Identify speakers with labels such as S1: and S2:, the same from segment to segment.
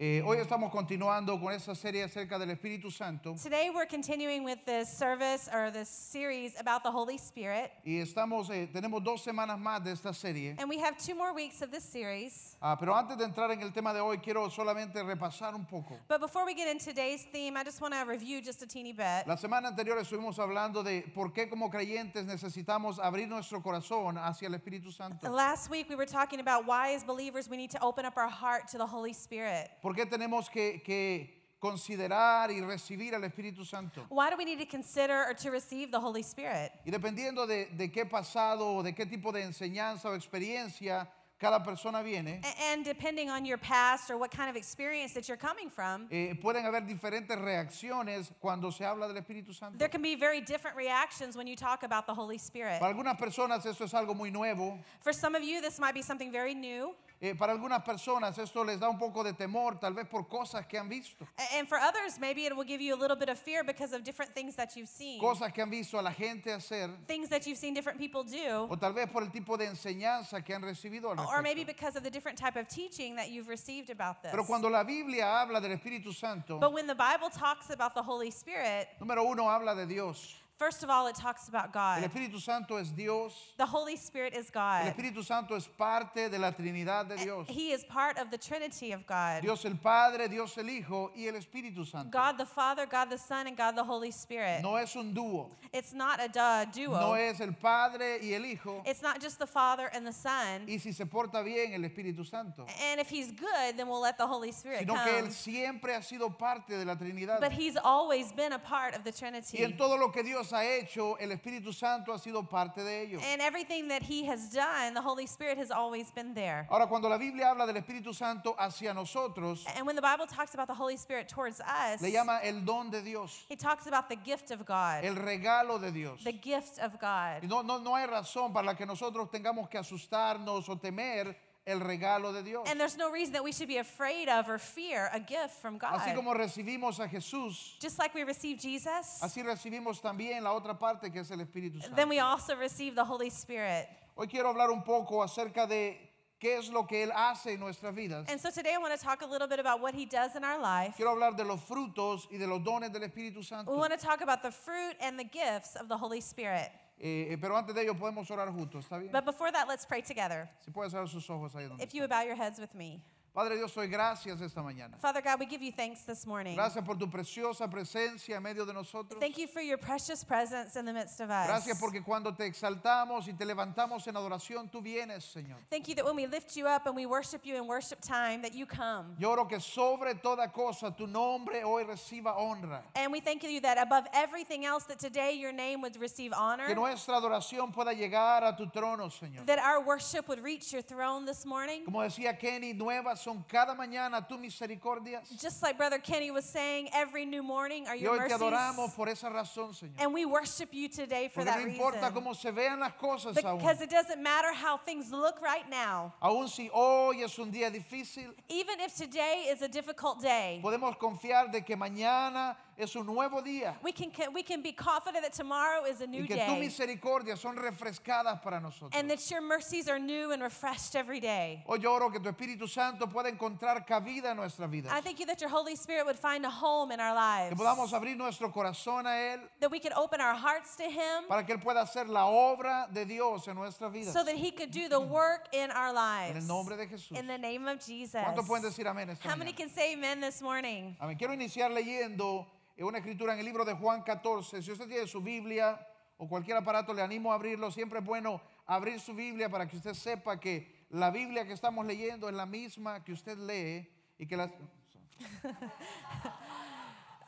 S1: Eh, hoy estamos continuando con esa serie acerca del Espíritu Santo
S2: Today we're continuing with this service or this series about the Holy Spirit,
S1: y estamos, eh, tenemos dos semanas más de esta serie.
S2: and we have two more weeks of this series.
S1: Ah, pero antes de entrar en el tema de hoy, quiero solamente repasar un poco.
S2: But before we get into today's theme, I just want to review just a teeny bit.
S1: La semana anterior estuvimos hablando de por qué como creyentes necesitamos abrir nuestro corazón hacia el Espíritu Santo.
S2: Last week we were talking about why, as believers, we need to open up our heart to the Holy Spirit.
S1: ¿Por qué tenemos que, que considerar y recibir al Espíritu Santo?
S2: Why do we need to consider or to receive the Holy Spirit?
S1: Y dependiendo de, de qué pasado o de qué tipo de enseñanza o experiencia cada persona viene,
S2: A- And depending on your past or what kind of experience that you're coming from,
S1: eh, pueden haber diferentes reacciones cuando se habla del Espíritu Santo.
S2: there can be very different reactions when you talk about the Holy Spirit.
S1: Para algunas personas esto es algo muy nuevo.
S2: For some of you, this might be something very new.
S1: eh, para algunas personas esto les da un poco de temor, tal vez por cosas que han visto.
S2: A- And for others, maybe it will give you a little bit of fear because of different things that you've seen,
S1: Cosas que han visto a la gente hacer.
S2: things that you've seen different people do,
S1: O tal vez por el tipo de enseñanza que han recibido. al
S2: or maybe
S1: respecto.
S2: because of the different type of teaching that you've received about this.
S1: Pero cuando la Biblia habla del Espíritu Santo,
S2: But when the Bible talks about the Holy Spirit,
S1: número uno habla de Dios.
S2: first of all, it talks about
S1: El
S2: God.
S1: Espíritu Santo es Dios.
S2: The Holy Spirit is
S1: El
S2: God.
S1: Espíritu Santo es parte de la Trinidad de Dios.
S2: Eh, He is part of the Trinity of God.
S1: Dios el Padre, Dios el Hijo y el Espíritu Santo.
S2: God the Father, God the Son, and God the Holy Spirit.
S1: No es un dúo.
S2: It's not a duh,
S1: No
S2: duo.
S1: es el Padre y el Hijo.
S2: It's not just the Father and the Son.
S1: Y si se porta bien el Espíritu Santo.
S2: And if He's good, then we'll let the Holy Spirit
S1: Sino que
S2: come.
S1: Él siempre ha sido parte de la Trinidad.
S2: But He's always been a part of the
S1: Y en
S2: Trinity.
S1: todo lo que Dios ha hecho, el Espíritu Santo ha sido parte de ello.
S2: And everything that He has done, the Holy Spirit has always been there.
S1: Ahora, cuando la Biblia habla del Espíritu Santo hacia nosotros,
S2: And when the Bible talks about the Holy Spirit towards us,
S1: le llama el don de Dios,
S2: it talks about the gift of God.
S1: el regalo de Dios.
S2: the gift of
S1: Y
S2: God.
S1: no, no, no hay razón para la que nosotros tengamos que asustarnos o temer el regalo de Dios.
S2: And there's no reason that we should be afraid of or fear a gift from
S1: Así
S2: God.
S1: como recibimos a Jesús,
S2: Just like we receive Jesus,
S1: así recibimos también la otra parte que es el Espíritu Santo.
S2: then we also receive the Holy Spirit.
S1: Hoy quiero hablar un poco acerca de qué es lo que Él hace en nuestras vidas.
S2: And so today I want to talk a little bit about what He does in our life.
S1: Quiero hablar de los frutos y de los dones del Espíritu
S2: We
S1: Santo.
S2: want to talk about the fruit and the gifts of the Holy Spirit.
S1: Eh, eh, pero antes de ello podemos orar juntos, ¿está bien?
S2: But before that, let's pray together.
S1: Si puedes cerrar sus ojos ahí donde
S2: If you would bow your heads with me.
S1: Padre Dios, doy gracias esta mañana.
S2: Father God, we give you thanks this morning.
S1: Gracias por tu preciosa presencia en medio de nosotros.
S2: Thank you for your precious presence in the midst of us.
S1: Gracias porque cuando te exaltamos y te levantamos en adoración, tú vienes, Señor.
S2: Thank you that when we lift you up and we worship you in worship time, that you come.
S1: Yo oro que sobre toda cosa tu nombre hoy reciba honra.
S2: And we thank you that above everything else, that today your name would receive honor,
S1: Que nuestra adoración pueda llegar a tu trono, Señor.
S2: that our worship would reach your throne this morning.
S1: Como decía Kenny, nuevas son cada mañana tus misericordias.
S2: Just like Brother Kenny was saying, every new morning are
S1: Y
S2: your
S1: hoy te adoramos
S2: mercies.
S1: por esa razón, Señor.
S2: And we worship you today for
S1: Porque
S2: that
S1: no importa
S2: reason.
S1: cómo se vean las cosas aún.
S2: Because it doesn't matter how things look right now.
S1: Aún si hoy es un día difícil,
S2: Even if today is a difficult day,
S1: podemos confiar de que mañana es un nuevo día
S2: we can, we can be confident that tomorrow is a
S1: y
S2: new
S1: que tus
S2: day
S1: misericordias son refrescadas para nosotros.
S2: and that your mercies are new and refreshed every day.
S1: Hoy yo oro que tu Espíritu Santo pueda encontrar cabida en nuestra vida.
S2: I thank you that your Holy Spirit would find a home in our
S1: Que
S2: lives.
S1: podamos abrir nuestro corazón a Él
S2: that we could open our hearts to him
S1: para que Él pueda hacer la obra de Dios en nuestra vida.
S2: so that he could do the work in our
S1: En el
S2: lives.
S1: nombre de Jesús.
S2: In the name of Jesus.
S1: ¿Cuántos pueden decir amén esta
S2: How many
S1: mañana?
S2: can say amen this morning?
S1: Amén. Quiero iniciar leyendo eh, una escritura en el libro de Juan 14. Si usted tiene su Biblia o cualquier aparato, le animo a abrirlo. Siempre es bueno abrir su Biblia para que usted sepa que la Biblia que estamos leyendo es la misma que usted lee y que la...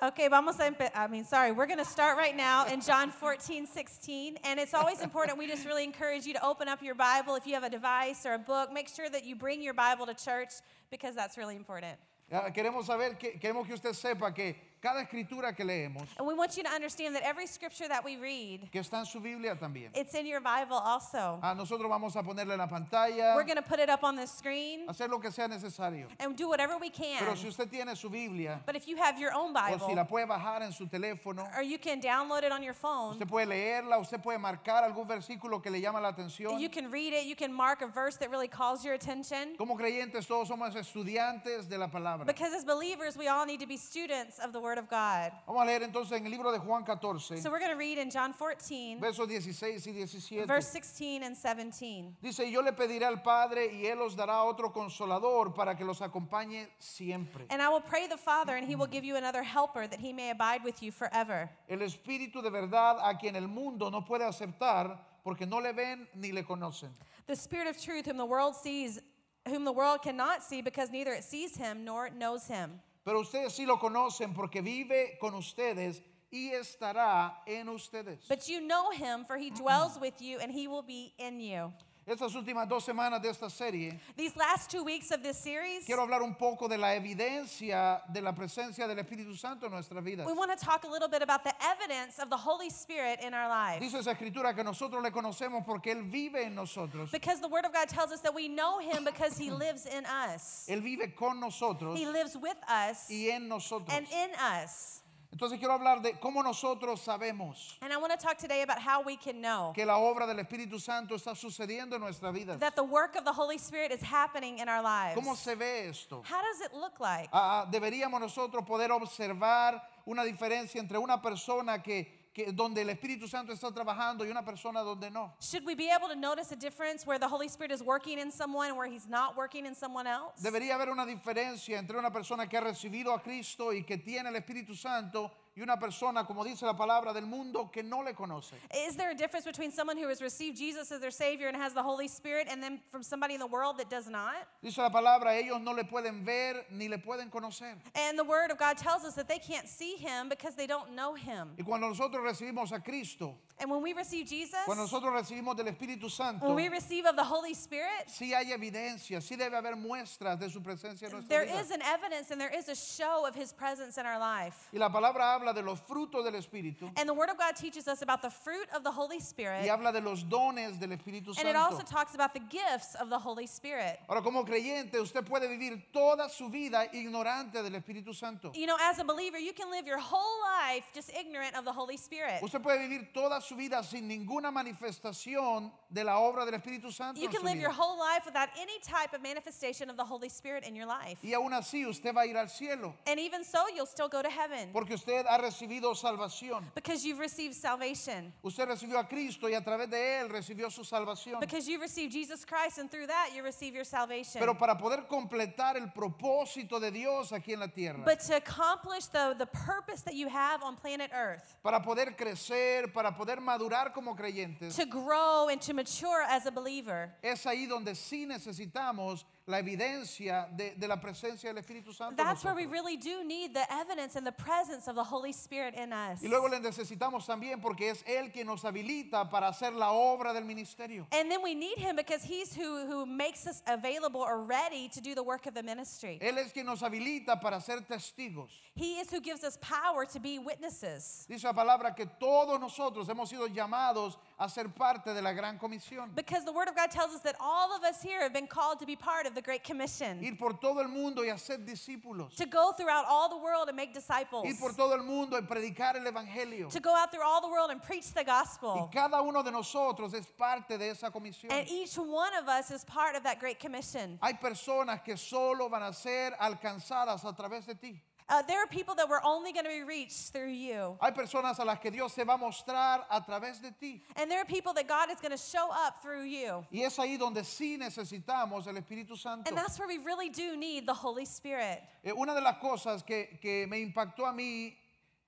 S2: Okay, vamos a empe- I mean, sorry, we're going to start right now in John 14, 16. And it's always important. We just really encourage you to open up your Bible. If you have a device or a book, make sure that you bring your Bible to church because that's really important.
S1: Ah, Queremos saber que queremos que usted sepa que cada escritura que leemos,
S2: And we want you to understand that every scripture that we read,
S1: que está en su Biblia también.
S2: it's in your Bible also.
S1: A nosotros vamos a ponerle en la pantalla,
S2: We're going to put it up on the screen
S1: hacer lo que sea necesario.
S2: and do whatever we
S1: Pero si
S2: can.
S1: usted tiene su Biblia,
S2: But if you have your own
S1: o si la
S2: Bible,
S1: puede bajar en su teléfono,
S2: or you can download it on your phone,
S1: usted puede leerla, usted puede marcar algún versículo que le llama la atención.
S2: you can read it, you can mark a verse that really calls your attention.
S1: Como creyentes todos somos estudiantes de la palabra.
S2: Because as believers, we all need to be students of the Word of God.
S1: Vamos a leer entonces en el libro de Juan 14,
S2: So we're going to read in John 14,
S1: versos 16 y 17.
S2: verse 16 and 17.
S1: Dice, "Y yo le pediré al Padre y Él os dará otro consolador para que los acompañe siempre.
S2: And I will pray the Father, and he will give you another helper that he may abide with you forever.
S1: El Espíritu de verdad a quien el mundo no puede aceptar porque no le ven ni le conocen.
S2: The Spirit of truth, whom the world sees, whom the world cannot see, because neither it sees him nor it knows him.
S1: Pero ustedes sí lo conocen porque vive con ustedes y estará en ustedes.
S2: But you know him, for he dwells with you, and he will be in you.
S1: Estas últimas dos semanas de esta serie
S2: These last two weeks of this series,
S1: quiero hablar un poco de la evidencia de la presencia del Espíritu Santo en nuestras vidas.
S2: we want to talk a little bit about the evidence of the Holy Spirit in our lives.
S1: Dice esa escritura que nosotros le conocemos porque Él vive en nosotros.
S2: Because the Word of God tells us that we know him because he lives in us,
S1: Él vive con nosotros
S2: he lives with us
S1: y en nosotros.
S2: and in us.
S1: Entonces quiero hablar de cómo nosotros sabemos
S2: And I want to talk today about how we can know
S1: que la obra del Espíritu Santo está sucediendo en nuestra vida.
S2: that the work of the Holy Spirit is happening in our lives.
S1: ¿Cómo se ve esto?
S2: How does it look like?
S1: Ah, ah, deberíamos nosotros poder observar una diferencia entre una persona que, que- donde el Espíritu Santo está trabajando y una persona donde no.
S2: Should we be able to notice a difference where the Holy Spirit is working in someone and where he's not working in someone else?
S1: Debería haber una diferencia entre una persona que ha recibido a Cristo y que tiene el Espíritu Santo y una persona, como dice la palabra, del mundo que no le conoce.
S2: Is there a difference between someone who has received Jesus as their Savior and has the Holy Spirit and then from somebody in the world that does not?
S1: Dice la palabra, ellos no le pueden ver ni le pueden conocer.
S2: And the Word of God tells us that they can't see him because they don't know him.
S1: Y cuando nosotros recibimos a Cristo,
S2: And when we receive Jesus,
S1: cuando nosotros recibimos del Espíritu Santo,
S2: when we receive of the Holy Spirit,
S1: sí hay evidencia, sí debe haber muestras de su presencia en nuestra
S2: there
S1: vida.
S2: is an evidence and there is a show of his presence in our life.
S1: Y la palabra habla de los frutos del Espíritu
S2: And the Word of God teaches us about the fruit of the Holy
S1: y
S2: Spirit,
S1: habla de los dones del Espíritu
S2: and it also
S1: Santo.
S2: talks about the gifts of the Holy Spirit.
S1: Ahora, como creyente, usted puede vivir toda su vida ignorante del Espíritu Santo.
S2: You know, as a believer, you can live your whole life just ignorant of the Holy Spirit.
S1: Usted puede vivir toda su vida sin ninguna manifestación de la obra del Espíritu Santo.
S2: You
S1: en
S2: can
S1: su
S2: live
S1: vida.
S2: your whole life without any type of manifestation of the Holy Spirit in your life.
S1: Y aún así usted va a ir al cielo
S2: And even so, you'll still go to heaven
S1: porque usted ha recibido salvación.
S2: because you've received salvation,
S1: Usted recibió a Cristo y a través de él recibió su salvación.
S2: because you've received Jesus Christ, and through that, you receive your salvation.
S1: Pero para poder completar el propósito de Dios aquí en la tierra,
S2: But to accomplish the, the purpose that you have on planet Earth,
S1: para poder crecer, para poder madurar como creyentes,
S2: to grow and to mature as a believer,
S1: es ahí donde sí necesitamos la evidencia de, de la presencia del Espíritu Santo. en
S2: that's where we
S1: nosotros.
S2: really do need the evidence and the presence of the Holy Spirit in us.
S1: Y luego le necesitamos también porque es Él quien nos habilita para hacer la obra del ministerio.
S2: And then we need him because he's who, who makes us available or ready to do the work of the ministry.
S1: Él es quien nos habilita para ser testigos.
S2: He is who gives us power to be witnesses.
S1: Dice la palabra que todos nosotros hemos sido llamados a ser parte de la gran comisión.
S2: Because the Word of God tells us that all of us here have been called to be part of the Great Commission,
S1: Ir por todo el mundo y hacer discípulos.
S2: to go throughout all the world and make disciples,
S1: Ir por todo el mundo y predicar el evangelio.
S2: to go out through all the world and preach the gospel.
S1: Y cada uno de nosotros es parte de esa comisión.
S2: And each one of us is part of that Great Commission.
S1: Hay personas que solo van a ser alcanzadas a través de ti.
S2: Uh, there are people that were only going to be reached through you.
S1: Hay personas a las que Dios se va a mostrar a través de ti.
S2: And there are people that God is going to show up through you.
S1: Y es ahí donde sí necesitamos el Espíritu Santo.
S2: And that's where we really do need the Holy Spirit.
S1: Eh, una de las cosas que, que me impactó a mí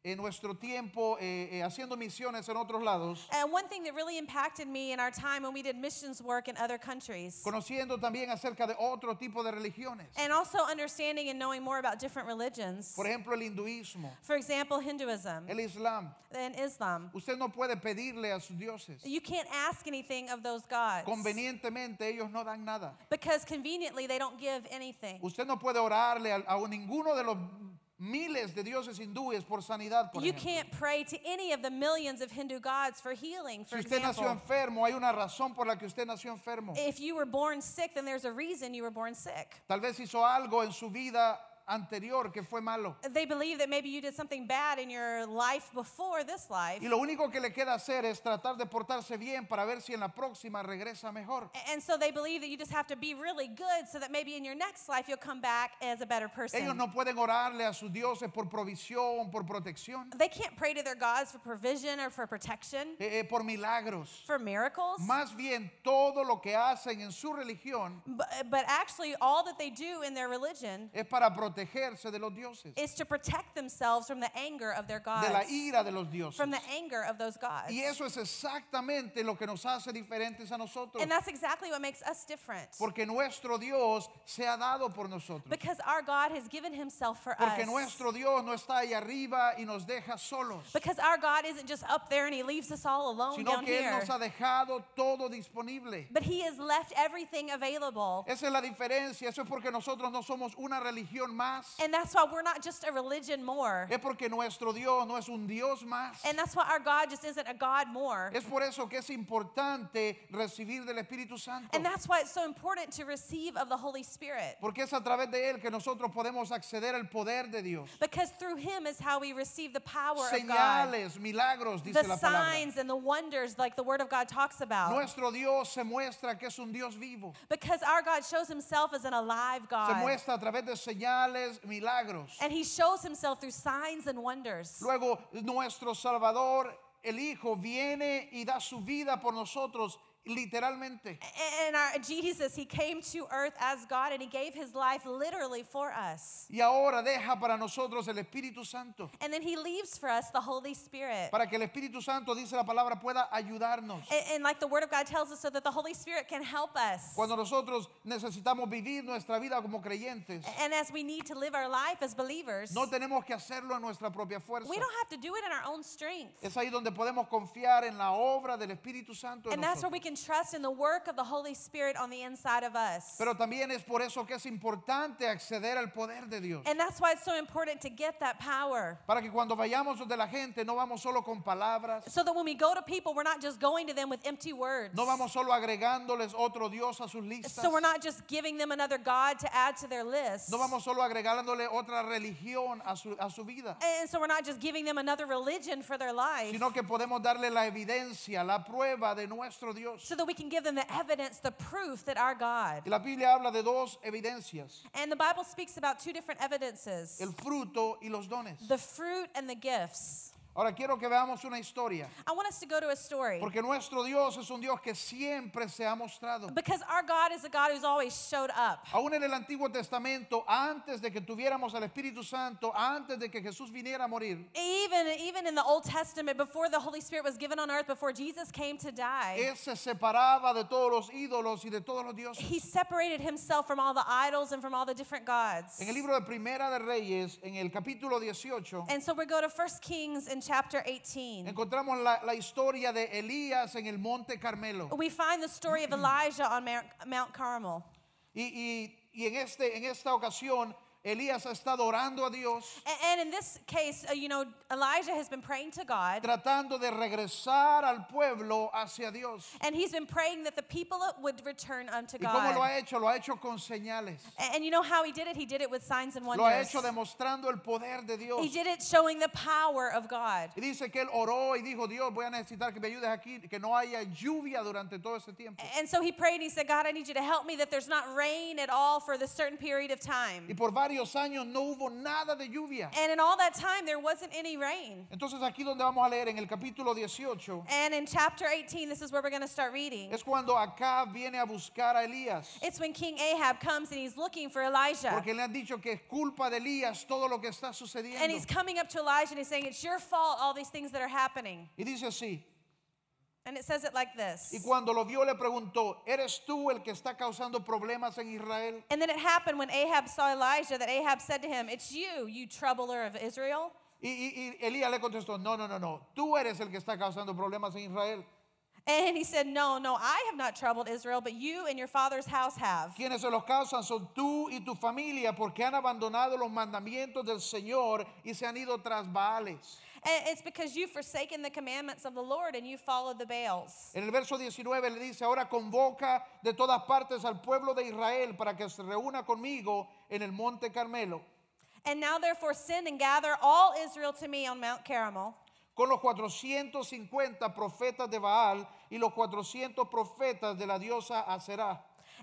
S1: en nuestro tiempo eh, eh, haciendo misiones en otros lados,
S2: And one thing that really impacted me in our time when we did missions work in other countries,
S1: conociendo también acerca de otro tipo de religiones.
S2: and also understanding and knowing more about different religions.
S1: Por ejemplo, el hinduismo,
S2: For example, Hinduism
S1: el islam.
S2: and Islam.
S1: Usted no puede pedirle a sus dioses.
S2: You can't ask anything of those gods
S1: Convenientemente ellos no dan nada.
S2: because conveniently they don't give anything.
S1: Usted no puede orarle a, a ninguno de los miles de dioses hindúes por sanidad, por
S2: You
S1: ejemplo.
S2: can't pray to any of the millions of Hindu gods for healing, for
S1: Si usted nació
S2: example.
S1: enfermo, hay una razón por la que usted nació enfermo.
S2: If you were born sick, then there's a reason you were born sick.
S1: Tal vez hizo algo en su vida anterior que fue malo.
S2: They believe that maybe you did something bad in your life before this life.
S1: Y lo único que le queda hacer es tratar de portarse bien para ver si en la próxima regresa mejor.
S2: And so they believe that you just have to be really good so that maybe in your next life you'll come back as a better
S1: Ellos
S2: person.
S1: no pueden orarle a sus dioses por provisión, por protección,
S2: They can't pray to their gods for provision or for protection,
S1: eh, eh, por milagros.
S2: for miracles.
S1: Más bien todo lo que hacen en su religión
S2: But, but actually, all that they do in their religion
S1: es para protegerse de los dioses,
S2: is to protect themselves from the anger of their
S1: de la
S2: gods,
S1: ira de los dioses.
S2: from the anger of those gods.
S1: Y eso es exactamente lo que nos hace diferentes a nosotros,
S2: And that's exactly what makes us different.
S1: porque nuestro Dios se ha dado por nosotros.
S2: Because our God has given himself for
S1: Porque
S2: us.
S1: nuestro Dios no está ahí arriba y nos deja solos,
S2: Because our God isn't just up there and he leaves us all alone
S1: sino
S2: down
S1: que Él
S2: here.
S1: nos ha dejado todo disponible.
S2: But he has left everything available.
S1: Esa es la diferencia, eso es porque nosotros no somos una religión más,
S2: And that's why we're not just a religion more.
S1: es porque nuestro Dios no es un Dios más.
S2: And that's why our God just isn't a God more.
S1: Es por eso que es importante recibir del Espíritu Santo,
S2: And that's why it's so important to receive of the Holy Spirit.
S1: porque es a través de Él que nosotros podemos acceder al poder de Dios.
S2: Because through him is how we receive the power of God.
S1: Señales, milagros, dice
S2: The
S1: la palabra.
S2: signs and the wonders, like the Word of God talks about.
S1: Nuestro Dios se muestra que es un Dios vivo.
S2: Because our God shows himself as an alive
S1: Se
S2: God.
S1: muestra a través de señales, milagros.
S2: And he shows himself through signs and wonders.
S1: Luego nuestro Salvador, el Hijo, viene y da su vida por nosotros, literalmente.
S2: And our Jesus, he came to earth as God and he gave his life literally for us.
S1: Y ahora deja para nosotros el Espíritu Santo,
S2: And then he leaves for us the Holy Spirit.
S1: para que el Espíritu Santo, dice la palabra, pueda ayudarnos.
S2: And, and like the Word of God tells us, so that the Holy Spirit can help us.
S1: Cuando nosotros necesitamos vivir nuestra vida como creyentes,
S2: And as we need to live our life as believers,
S1: no tenemos que hacerlo en nuestra propia fuerza.
S2: we don't have to do it in our own strength.
S1: Es ahí donde podemos confiar en la obra del Espíritu Santo. en
S2: And that's where
S1: nosotros.
S2: we can trust in the work of the Holy Spirit on the inside of us.
S1: Pero también es por eso que es importante acceder al poder de Dios.
S2: And that's why it's so important to get that power.
S1: Para que cuando vayamos donde la gente no vamos solo con palabras,
S2: So that when we go to people, we're not just going to them with empty words.
S1: no vamos solo agregándoles otro Dios a sus listas,
S2: So we're not just giving them another God to add to their list.
S1: no vamos solo agregándole otra religión a su, a su vida,
S2: And so we're not just giving them another religion for their life.
S1: sino que podemos darle la evidencia, la prueba de nuestro Dios.
S2: So that we can give them the evidence, the proof that our God.
S1: Y la Biblia habla de dos evidencias,
S2: And the Bible speaks about two different evidences
S1: el fruto y los dones.
S2: the fruit and the gifts.
S1: Ahora quiero que veamos una historia,
S2: I want us to go to a story.
S1: porque nuestro Dios es un Dios que siempre se ha mostrado.
S2: Because our God is a God who's always showed up.
S1: Aún en el Antiguo Testamento, antes de que tuviéramos al Espíritu Santo, antes de que Jesús viniera a morir,
S2: Even, even in the Old Testament, before the Holy Spirit was given on earth, before Jesus came to die,
S1: Él se separaba de todos los ídolos y de todos los dioses.
S2: he separated himself from all the idols and from all the different gods.
S1: En el libro de Primera de Reyes, en el capítulo 18,
S2: And so we go to 1 Kings in chapter 18.
S1: encontramos la, la historia de Elías en el Monte Carmelo.
S2: We find the story of Elijah on Mount- Mount Carmel.
S1: Y, y- y en, este, en esta ocasión, Elías ha estado orando a Dios,
S2: A- And in this case, uh, you know, Elijah has been praying to God,
S1: tratando de regresar al pueblo hacia Dios.
S2: and he's been praying that the people would return unto
S1: ¿Y cómo
S2: God.
S1: lo ha hecho? Lo ha hecho con señales.
S2: A- And you know how he did it? He did it with signs and
S1: Lo ha
S2: wonders.
S1: hecho demostrando el poder de Dios.
S2: He did it showing the power of God.
S1: Y dice que él oró y dijo, Dios, voy a necesitar que me ayudes aquí, que no haya lluvia durante todo ese tiempo.
S2: And so he prayed and he said, God, I need you to help me that there's not rain at all for this certain period of
S1: Y
S2: time.
S1: por varios años no hubo nada de lluvia.
S2: And in all that time, there wasn't any rain.
S1: Entonces aquí donde vamos a leer en el capítulo 18
S2: And in chapter 18, this is where we're going to start reading.
S1: es cuando acá viene a buscar a Elías.
S2: It's when King Ahab comes and he's looking for Elijah.
S1: Porque le han dicho que es culpa de Elías todo lo que está
S2: And he's
S1: sucediendo.
S2: coming up to Elijah and he's saying, It's your fault, all these things that are happening.
S1: Y dice así,
S2: And it says it like this.
S1: y cuando lo vio le preguntó, ¿eres tú el que está causando problemas en Israel?
S2: And then it happened when Ahab saw Elijah that Ahab said to him, It's you, you troubler of Israel.
S1: Y, y- y Elías le contestó, no, no, no, no, tú eres el que está causando problemas en Israel.
S2: And he said, No, no, I have not troubled Israel, but you and your father's house have.
S1: Quienes se los causan son tú y tu familia porque han abandonado los mandamientos del Señor y se han ido tras Baales.
S2: And it's because you've forsaken the commandments of the Lord and you followed the Baals.
S1: En el verso 19 le dice, ahora convoca de todas partes al pueblo de Israel para que se reúna conmigo en el monte Carmelo,
S2: And now, therefore, send and gather all Israel to me on Mount Carmel.
S1: con los 450 profetas de Baal y los 400 profetas de la diosa Aserá,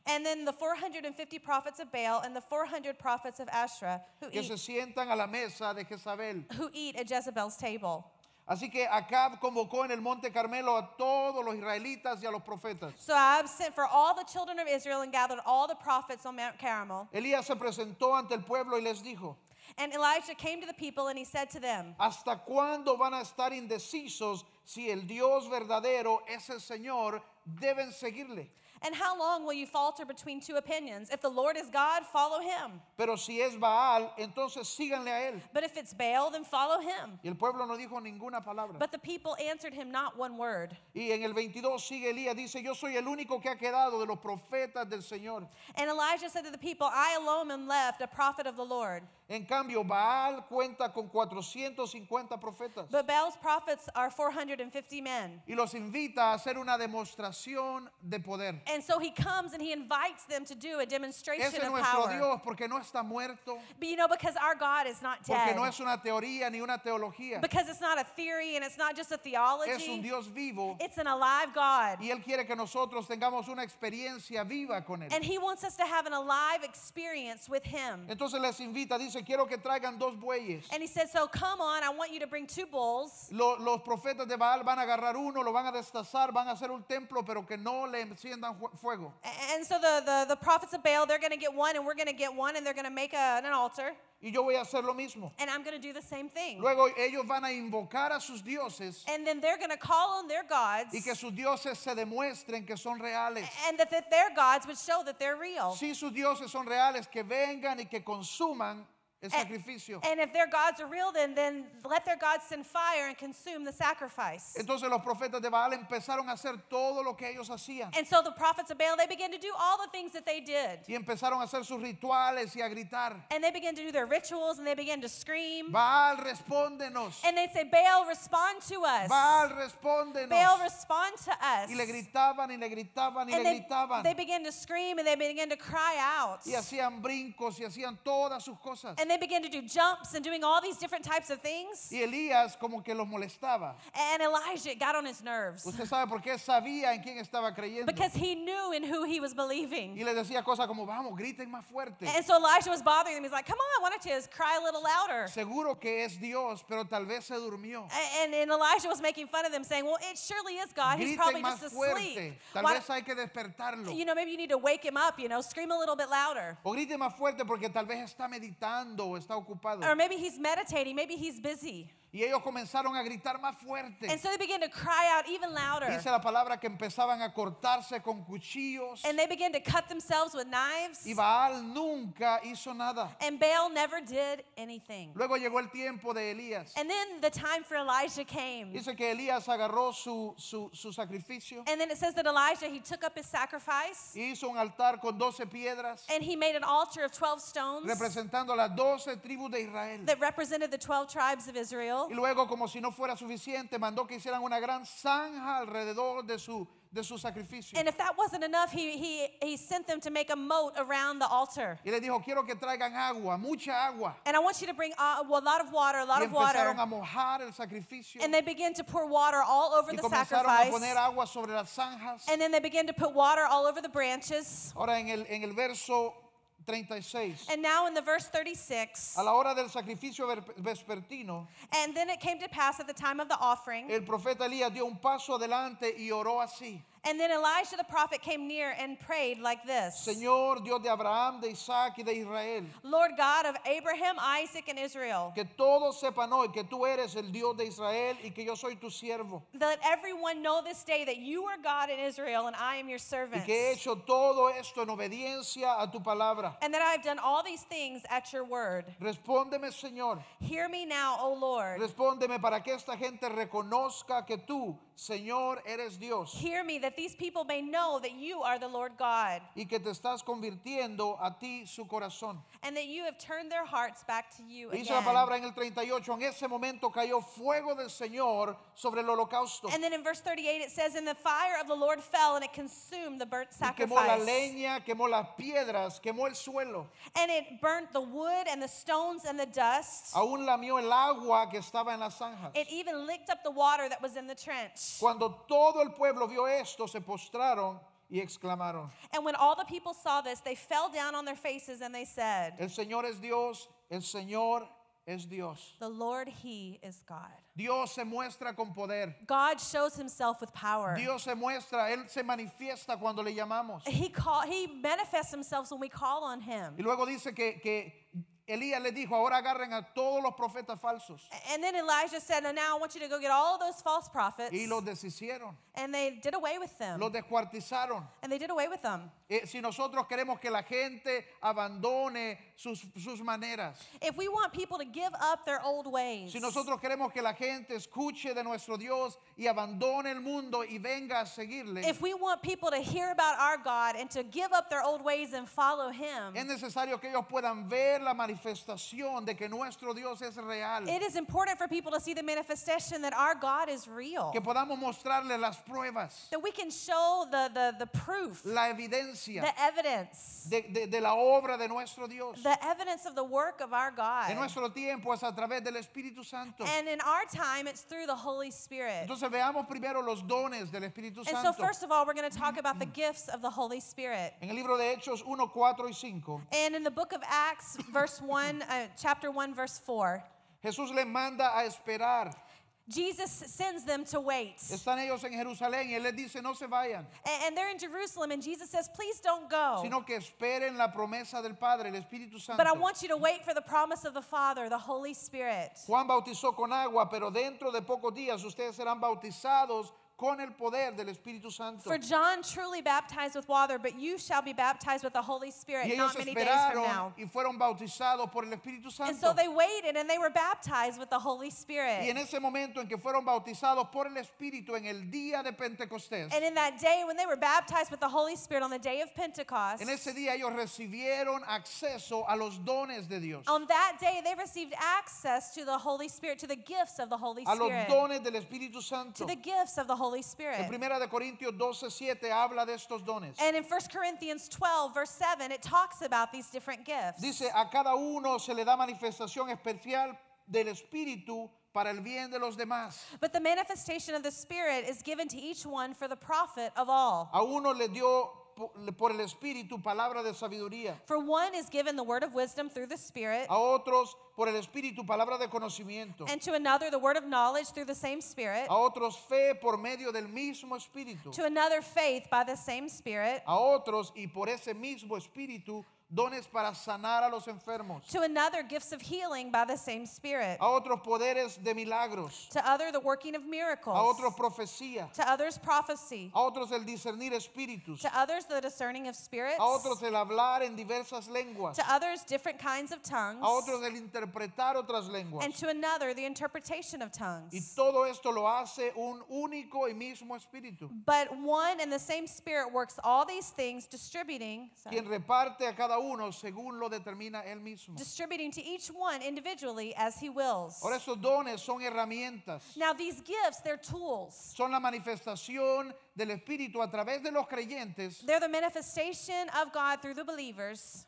S2: And then the 450 prophets of Baal and the 400 prophets of Asherah who
S1: que se
S2: eat,
S1: sientan a la mesa de Jezabel.
S2: who eat at Jezebel's table.
S1: Así que Acab convocó en el monte Carmelo a todos los israelitas y a los profetas.
S2: So I've sent for all the children of Israel and gathered all the prophets on Mount Carmel.
S1: Elías se presentó ante el pueblo y les dijo,
S2: And Elijah came to the people and he said to them,
S1: ¿hasta cuándo van a estar indecisos si el Dios verdadero es el Señor? Deben seguirle.
S2: And how long will you falter between two opinions? If the Lord is God, follow him.
S1: Pero si es Baal, entonces síganle a él.
S2: But if it's Baal, then follow him.
S1: Y el pueblo no dijo ninguna palabra.
S2: But the people answered him not one word.
S1: Y en el 22 sigue Elías, dice, yo soy el único que ha quedado de los profetas del Señor.
S2: And Elijah said to the people, I alone am left, a prophet of the Lord.
S1: En cambio, Baal cuenta con 450 profetas.
S2: But Baal's prophets are 450 men.
S1: Y los invita a hacer una demostración de poder.
S2: And so he comes and he invites them to do a
S1: Ese
S2: demonstration
S1: es
S2: of
S1: nuestro
S2: power.
S1: Dios porque no está muerto,
S2: But you know, because our God is not
S1: porque
S2: dead.
S1: no es una teoría ni una teología.
S2: Because it's not a theory and it's not just a
S1: Es un
S2: theology.
S1: Dios vivo
S2: It's an alive God.
S1: y Él quiere que nosotros tengamos una experiencia viva con Él.
S2: And He wants us to have an alive experience with Him.
S1: Entonces les invita, dice, quiero que traigan dos bueyes.
S2: And He said, So come on, I want you to bring two bulls.
S1: Lo- los profetas de Baal van a agarrar uno, lo van a destazar, van a hacer un templo, pero que no le enciendan ju- fuego.
S2: A- And so the, the, the prophets of Baal, they're going to get one, and we're going to get one, and they're going to make a- an altar.
S1: Y yo voy a hacer lo mismo.
S2: And I'm going to do the same thing.
S1: Luego ellos van a invocar a sus dioses
S2: And then they're going to call on their gods,
S1: y que sus dioses se demuestren que son reales.
S2: and that, that their gods would show that they're real.
S1: Si sus dioses son reales, que vengan y que consuman el sacrificio.
S2: And if their gods are real, then, then let their gods send fire and consume the sacrifice.
S1: Entonces los profetas de Baal empezaron a hacer todo lo que ellos hacían.
S2: And so the prophets of Baal, they began to do all the things that they did.
S1: Y empezaron a hacer sus rituales y a gritar,
S2: And they began to do their rituals and they began to scream.
S1: Baal, respóndenos.
S2: And they'd say, Baal, respond to us.
S1: Baal, respóndenos.
S2: Baal, respond to us.
S1: Y le gritaban y le gritaban y le
S2: and they,
S1: gritaban.
S2: they began to scream and they began to cry out.
S1: Y hacían brincos y hacían todas sus cosas.
S2: And they began to do jumps and doing all these different types of things.
S1: Y Elías como que los molestaba.
S2: And Elijah it got on his nerves
S1: Usted sabe por qué sabía en quién estaba creyendo.
S2: because he knew in who he was believing.
S1: Y les decía cosas como, vamos, griten más fuerte.
S2: And so Elijah was bothering him. He's like, Come on, why don't you just cry a little louder?
S1: Seguro que es Dios, pero tal vez se durmió.
S2: A- And, and Elijah was making fun of them, saying, Well, it surely is God.
S1: Griten
S2: He's probably
S1: más
S2: just asleep.
S1: fuerte. Tal
S2: Why-
S1: vez hay que despertarlo.
S2: you know, maybe you need to wake him up, you know, scream a little bit louder.
S1: O grite más fuerte porque tal vez está meditando o está ocupado.
S2: Or maybe he's meditating, maybe he's busy.
S1: Y ellos comenzaron a gritar más fuerte.
S2: And so they begin to cry out even louder.
S1: Dice la palabra que empezaban a cortarse con cuchillos.
S2: And they begin to cut themselves with knives.
S1: Y Baal nunca hizo nada.
S2: And Baal never did anything.
S1: Luego llegó el tiempo de Elías.
S2: And then the time for Elijah came.
S1: Dice que Elías agarró su, su, su sacrificio
S2: And then it says that Elijah, he took up his sacrifice
S1: y hizo un altar con 12 piedras
S2: and he made an altar of 12 stones
S1: representando las 12 tribus de Israel.
S2: that represented the 12 tribes of Israel.
S1: Y luego, como si no fuera suficiente, mandó que hicieran una gran zanja alrededor de su, de su sacrificio.
S2: And if that wasn't enough, he, he, he sent them to make a moat around the altar.
S1: Y les dijo, quiero que traigan agua, mucha agua.
S2: And I want you to bring uh, well, a lot of water, a lot
S1: Y
S2: of water.
S1: empezaron a mojar el sacrificio.
S2: And they began to pour water all over
S1: Y
S2: the
S1: comenzaron a
S2: sacrifice.
S1: poner agua sobre las zanjas.
S2: And then they began to put water all over the branches.
S1: Ahora en el, en el verso 36,
S2: And now in the verse 36,
S1: a la hora del sacrificio ver- vespertino, Eh
S2: and then it came to pass at the time of the offering,
S1: el profeta Elías dio un paso adelante y oró así.
S2: And then Elijah the prophet came near and prayed like this
S1: Señor Dios de Abraham, de Isaac y de Israel,
S2: Lord God of Abraham, Isaac, and Israel,
S1: que todos sepan hoy que tú eres el Dios de Israel y que yo soy tu siervo.
S2: let everyone know this day that you are God in Israel and I am your
S1: Y
S2: servant.
S1: que he hecho todo esto en obediencia a tu palabra.
S2: And that I have done all these things at your word.
S1: Respóndeme, Señor.
S2: Hear me now, O Lord.
S1: Respóndeme para que esta gente reconozca que tú, Señor, eres Dios
S2: Hear me that these people may know that you are the Lord God
S1: y que te estás convirtiendo a ti su corazón.
S2: and that you have turned their hearts back to you
S1: Dice la
S2: again.
S1: palabra en el 38, en ese momento cayó fuego del Señor sobre el holocausto
S2: And then in verse 38 it says, And the fire of the Lord fell and it consumed the burnt
S1: y quemó la
S2: sacrifice.
S1: leña, quemó las piedras, quemó el suelo,
S2: And it burnt the wood and the stones and the dust.
S1: aún lamió el agua que estaba en las zanjas.
S2: It even licked up the water that was in the trench.
S1: Cuando todo el pueblo vio esto, se postraron y exclamaron,
S2: And when all the people saw this, they fell down on their faces and they said,
S1: el Señor es Dios, el Señor es Dios.
S2: The Lord, He is God.
S1: Dios se muestra con poder.
S2: God shows Himself with power.
S1: Dios se muestra, Él se manifiesta cuando le llamamos.
S2: He call, he manifests himself when we call on him.
S1: Y luego dice que, que Elías le dijo, ahora agarren a todos los profetas falsos.
S2: And then Elijah said, "And now I want you to go get all those false prophets."
S1: Y los deshicieron,
S2: And they did away with them.
S1: los descuartizaron.
S2: And they did away with them.
S1: Eh, si nosotros queremos que la gente abandone sus, sus maneras,
S2: If we want people to give up their old ways,
S1: si nosotros queremos que la gente escuche de nuestro Dios y abandone el mundo y venga a seguirle,
S2: if we want people to hear about our God and to give up their old ways and follow him,
S1: es necesario que ellos puedan ver la manifestación de que nuestro Dios es real.
S2: it is important for people to see the manifestation that our God is real.
S1: Que podamos mostrarles las pruebas,
S2: That we can show the the, the proof,
S1: la evidencia.
S2: the evidence,
S1: de, de- de la obra de nuestro Dios.
S2: the evidence of the work of our God.
S1: En nuestro tiempo es a través del Espíritu Santo.
S2: And in our time, it's through the Holy Spirit.
S1: Entonces veamos primero los dones del Espíritu
S2: And so,
S1: Santo.
S2: first of all, we're going to talk about the gifts of the Holy Spirit.
S1: En el libro de Hechos 1, 4 y 5,
S2: And in the book of Acts, verse 1, uh, chapter 1, verse 4,
S1: Jesús les manda a esperar.
S2: Jesus sends them to wait.
S1: Están ellos en Jerusalén y Él les dice, no se vayan,
S2: A- And they're in Jerusalem, and Jesus says, Please don't go.
S1: sino que esperen la promesa del Padre, el Espíritu Santo.
S2: Oh. But I want you to wait for the promise of the Father, the Holy Spirit.
S1: Juan bautizó con agua, pero dentro de pocos días ustedes serán bautizados con el poder del Espíritu Santo.
S2: For John truly baptized with water, but you shall be baptized with the Holy Spirit
S1: Y ellos
S2: not many days from
S1: esperaron
S2: now.
S1: y fueron bautizados por el Espíritu
S2: And so
S1: Santo.
S2: they waited and they were baptized with the Holy Spirit.
S1: Y en ese momento en que fueron bautizados por el Espíritu en el día de Pentecostés,
S2: And in that day, when they were baptized with the Holy Spirit on the day of Pentecost,
S1: en ese día ellos recibieron acceso a los dones de Dios,
S2: on that day, they received access to the Holy Spirit, to the gifts of the Holy
S1: a los
S2: Spirit,
S1: dones del Espíritu
S2: to
S1: Santo.
S2: the gifts of the Holy
S1: En
S2: Spirit.
S1: primera de Corintios 12, 7 habla de estos dones.
S2: And in 1 Corinthians 12, verse 7, it talks about these different gifts.
S1: Dice, "Ah, a cada uno se le da manifestación especial del Espíritu para el bien de los demás.
S2: But the manifestation of the Spirit is given to each one for the profit of all.
S1: A uno le dio po- por el Espíritu palabra de sabiduría,
S2: For one is given the word of wisdom through the Spirit,
S1: a otros por el Espíritu palabra de conocimiento,
S2: and to another the word of knowledge through the same Spirit,
S1: a otros fe por medio del mismo Espíritu.
S2: to another faith by the same Spirit.
S1: a otros y por ese mismo espíritu dones para sanar a los enfermos,
S2: to another gifts of healing by the same spirit
S1: a otros poderes de milagros,
S2: to other the working of
S1: a
S2: miracles
S1: otros profecía,
S2: to others prophecy
S1: a otros el discernir espíritus,
S2: to others the discerning of spirits
S1: a otros el hablar en diversas lenguas,
S2: to others different kinds of tongues
S1: a otros el interpretar otras lenguas.
S2: and to another the interpretation of
S1: Y
S2: tongues
S1: todo esto lo hace un único y mismo espíritu,
S2: but one and the same spirit works all these things distributing sorry,
S1: quien reparte a cada uno según lo determina él mismo.
S2: distributing to each one individually as he wills
S1: Ahora esos dones son herramientas,
S2: now these gifts they're tools
S1: son la manifestación del espíritu a través de los creyentes
S2: they're the manifestation of god through the believers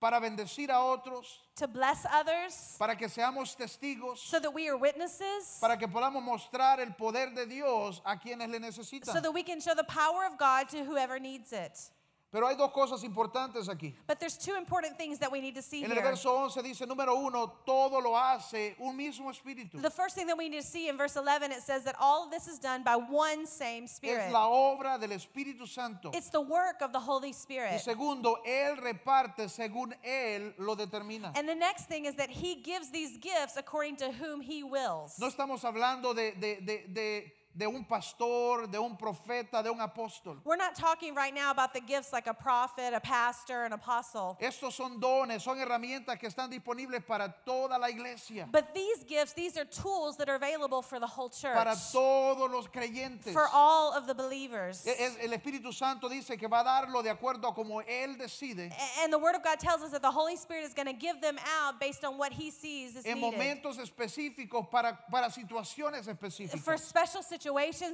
S1: para bendecir a otros,
S2: to bless others
S1: para que seamos testigos,
S2: so that we are witnesses
S1: para que podamos mostrar el poder de Dios a quienes le
S2: so
S1: necesitan.
S2: that we can show the power of God to whoever needs it.
S1: Pero hay dos cosas importantes aquí.
S2: But there's two important things that we need to see
S1: En el
S2: here.
S1: verso 11 dice, número uno, todo lo hace un mismo espíritu.
S2: The first thing that we need to see in verse 11, it says that all of this is done by one same Spirit.
S1: Es la obra del Espíritu Santo.
S2: It's the work of the
S1: Y
S2: Holy Spirit.
S1: segundo, Él reparte según Él lo determina.
S2: And the next thing is that He gives these gifts according to whom He wills.
S1: No estamos hablando de, de- de- de- de un pastor, de un profeta, de un apóstol.
S2: We're not talking right now about the gifts like a prophet, a pastor, an apostle.
S1: Estos son dones, son herramientas que están disponibles para toda la iglesia,
S2: But these gifts, these are tools that are available for the whole church,
S1: para todos los creyentes.
S2: for all of the believers.
S1: E- es- El Espíritu Santo dice que va a darlo de acuerdo a como Él decide
S2: A- And the Word of God tells us that the Holy Spirit is going to give them out based on what He sees is
S1: en
S2: needed.
S1: momentos específicos para, para situaciones
S2: For
S1: específicas,
S2: special situations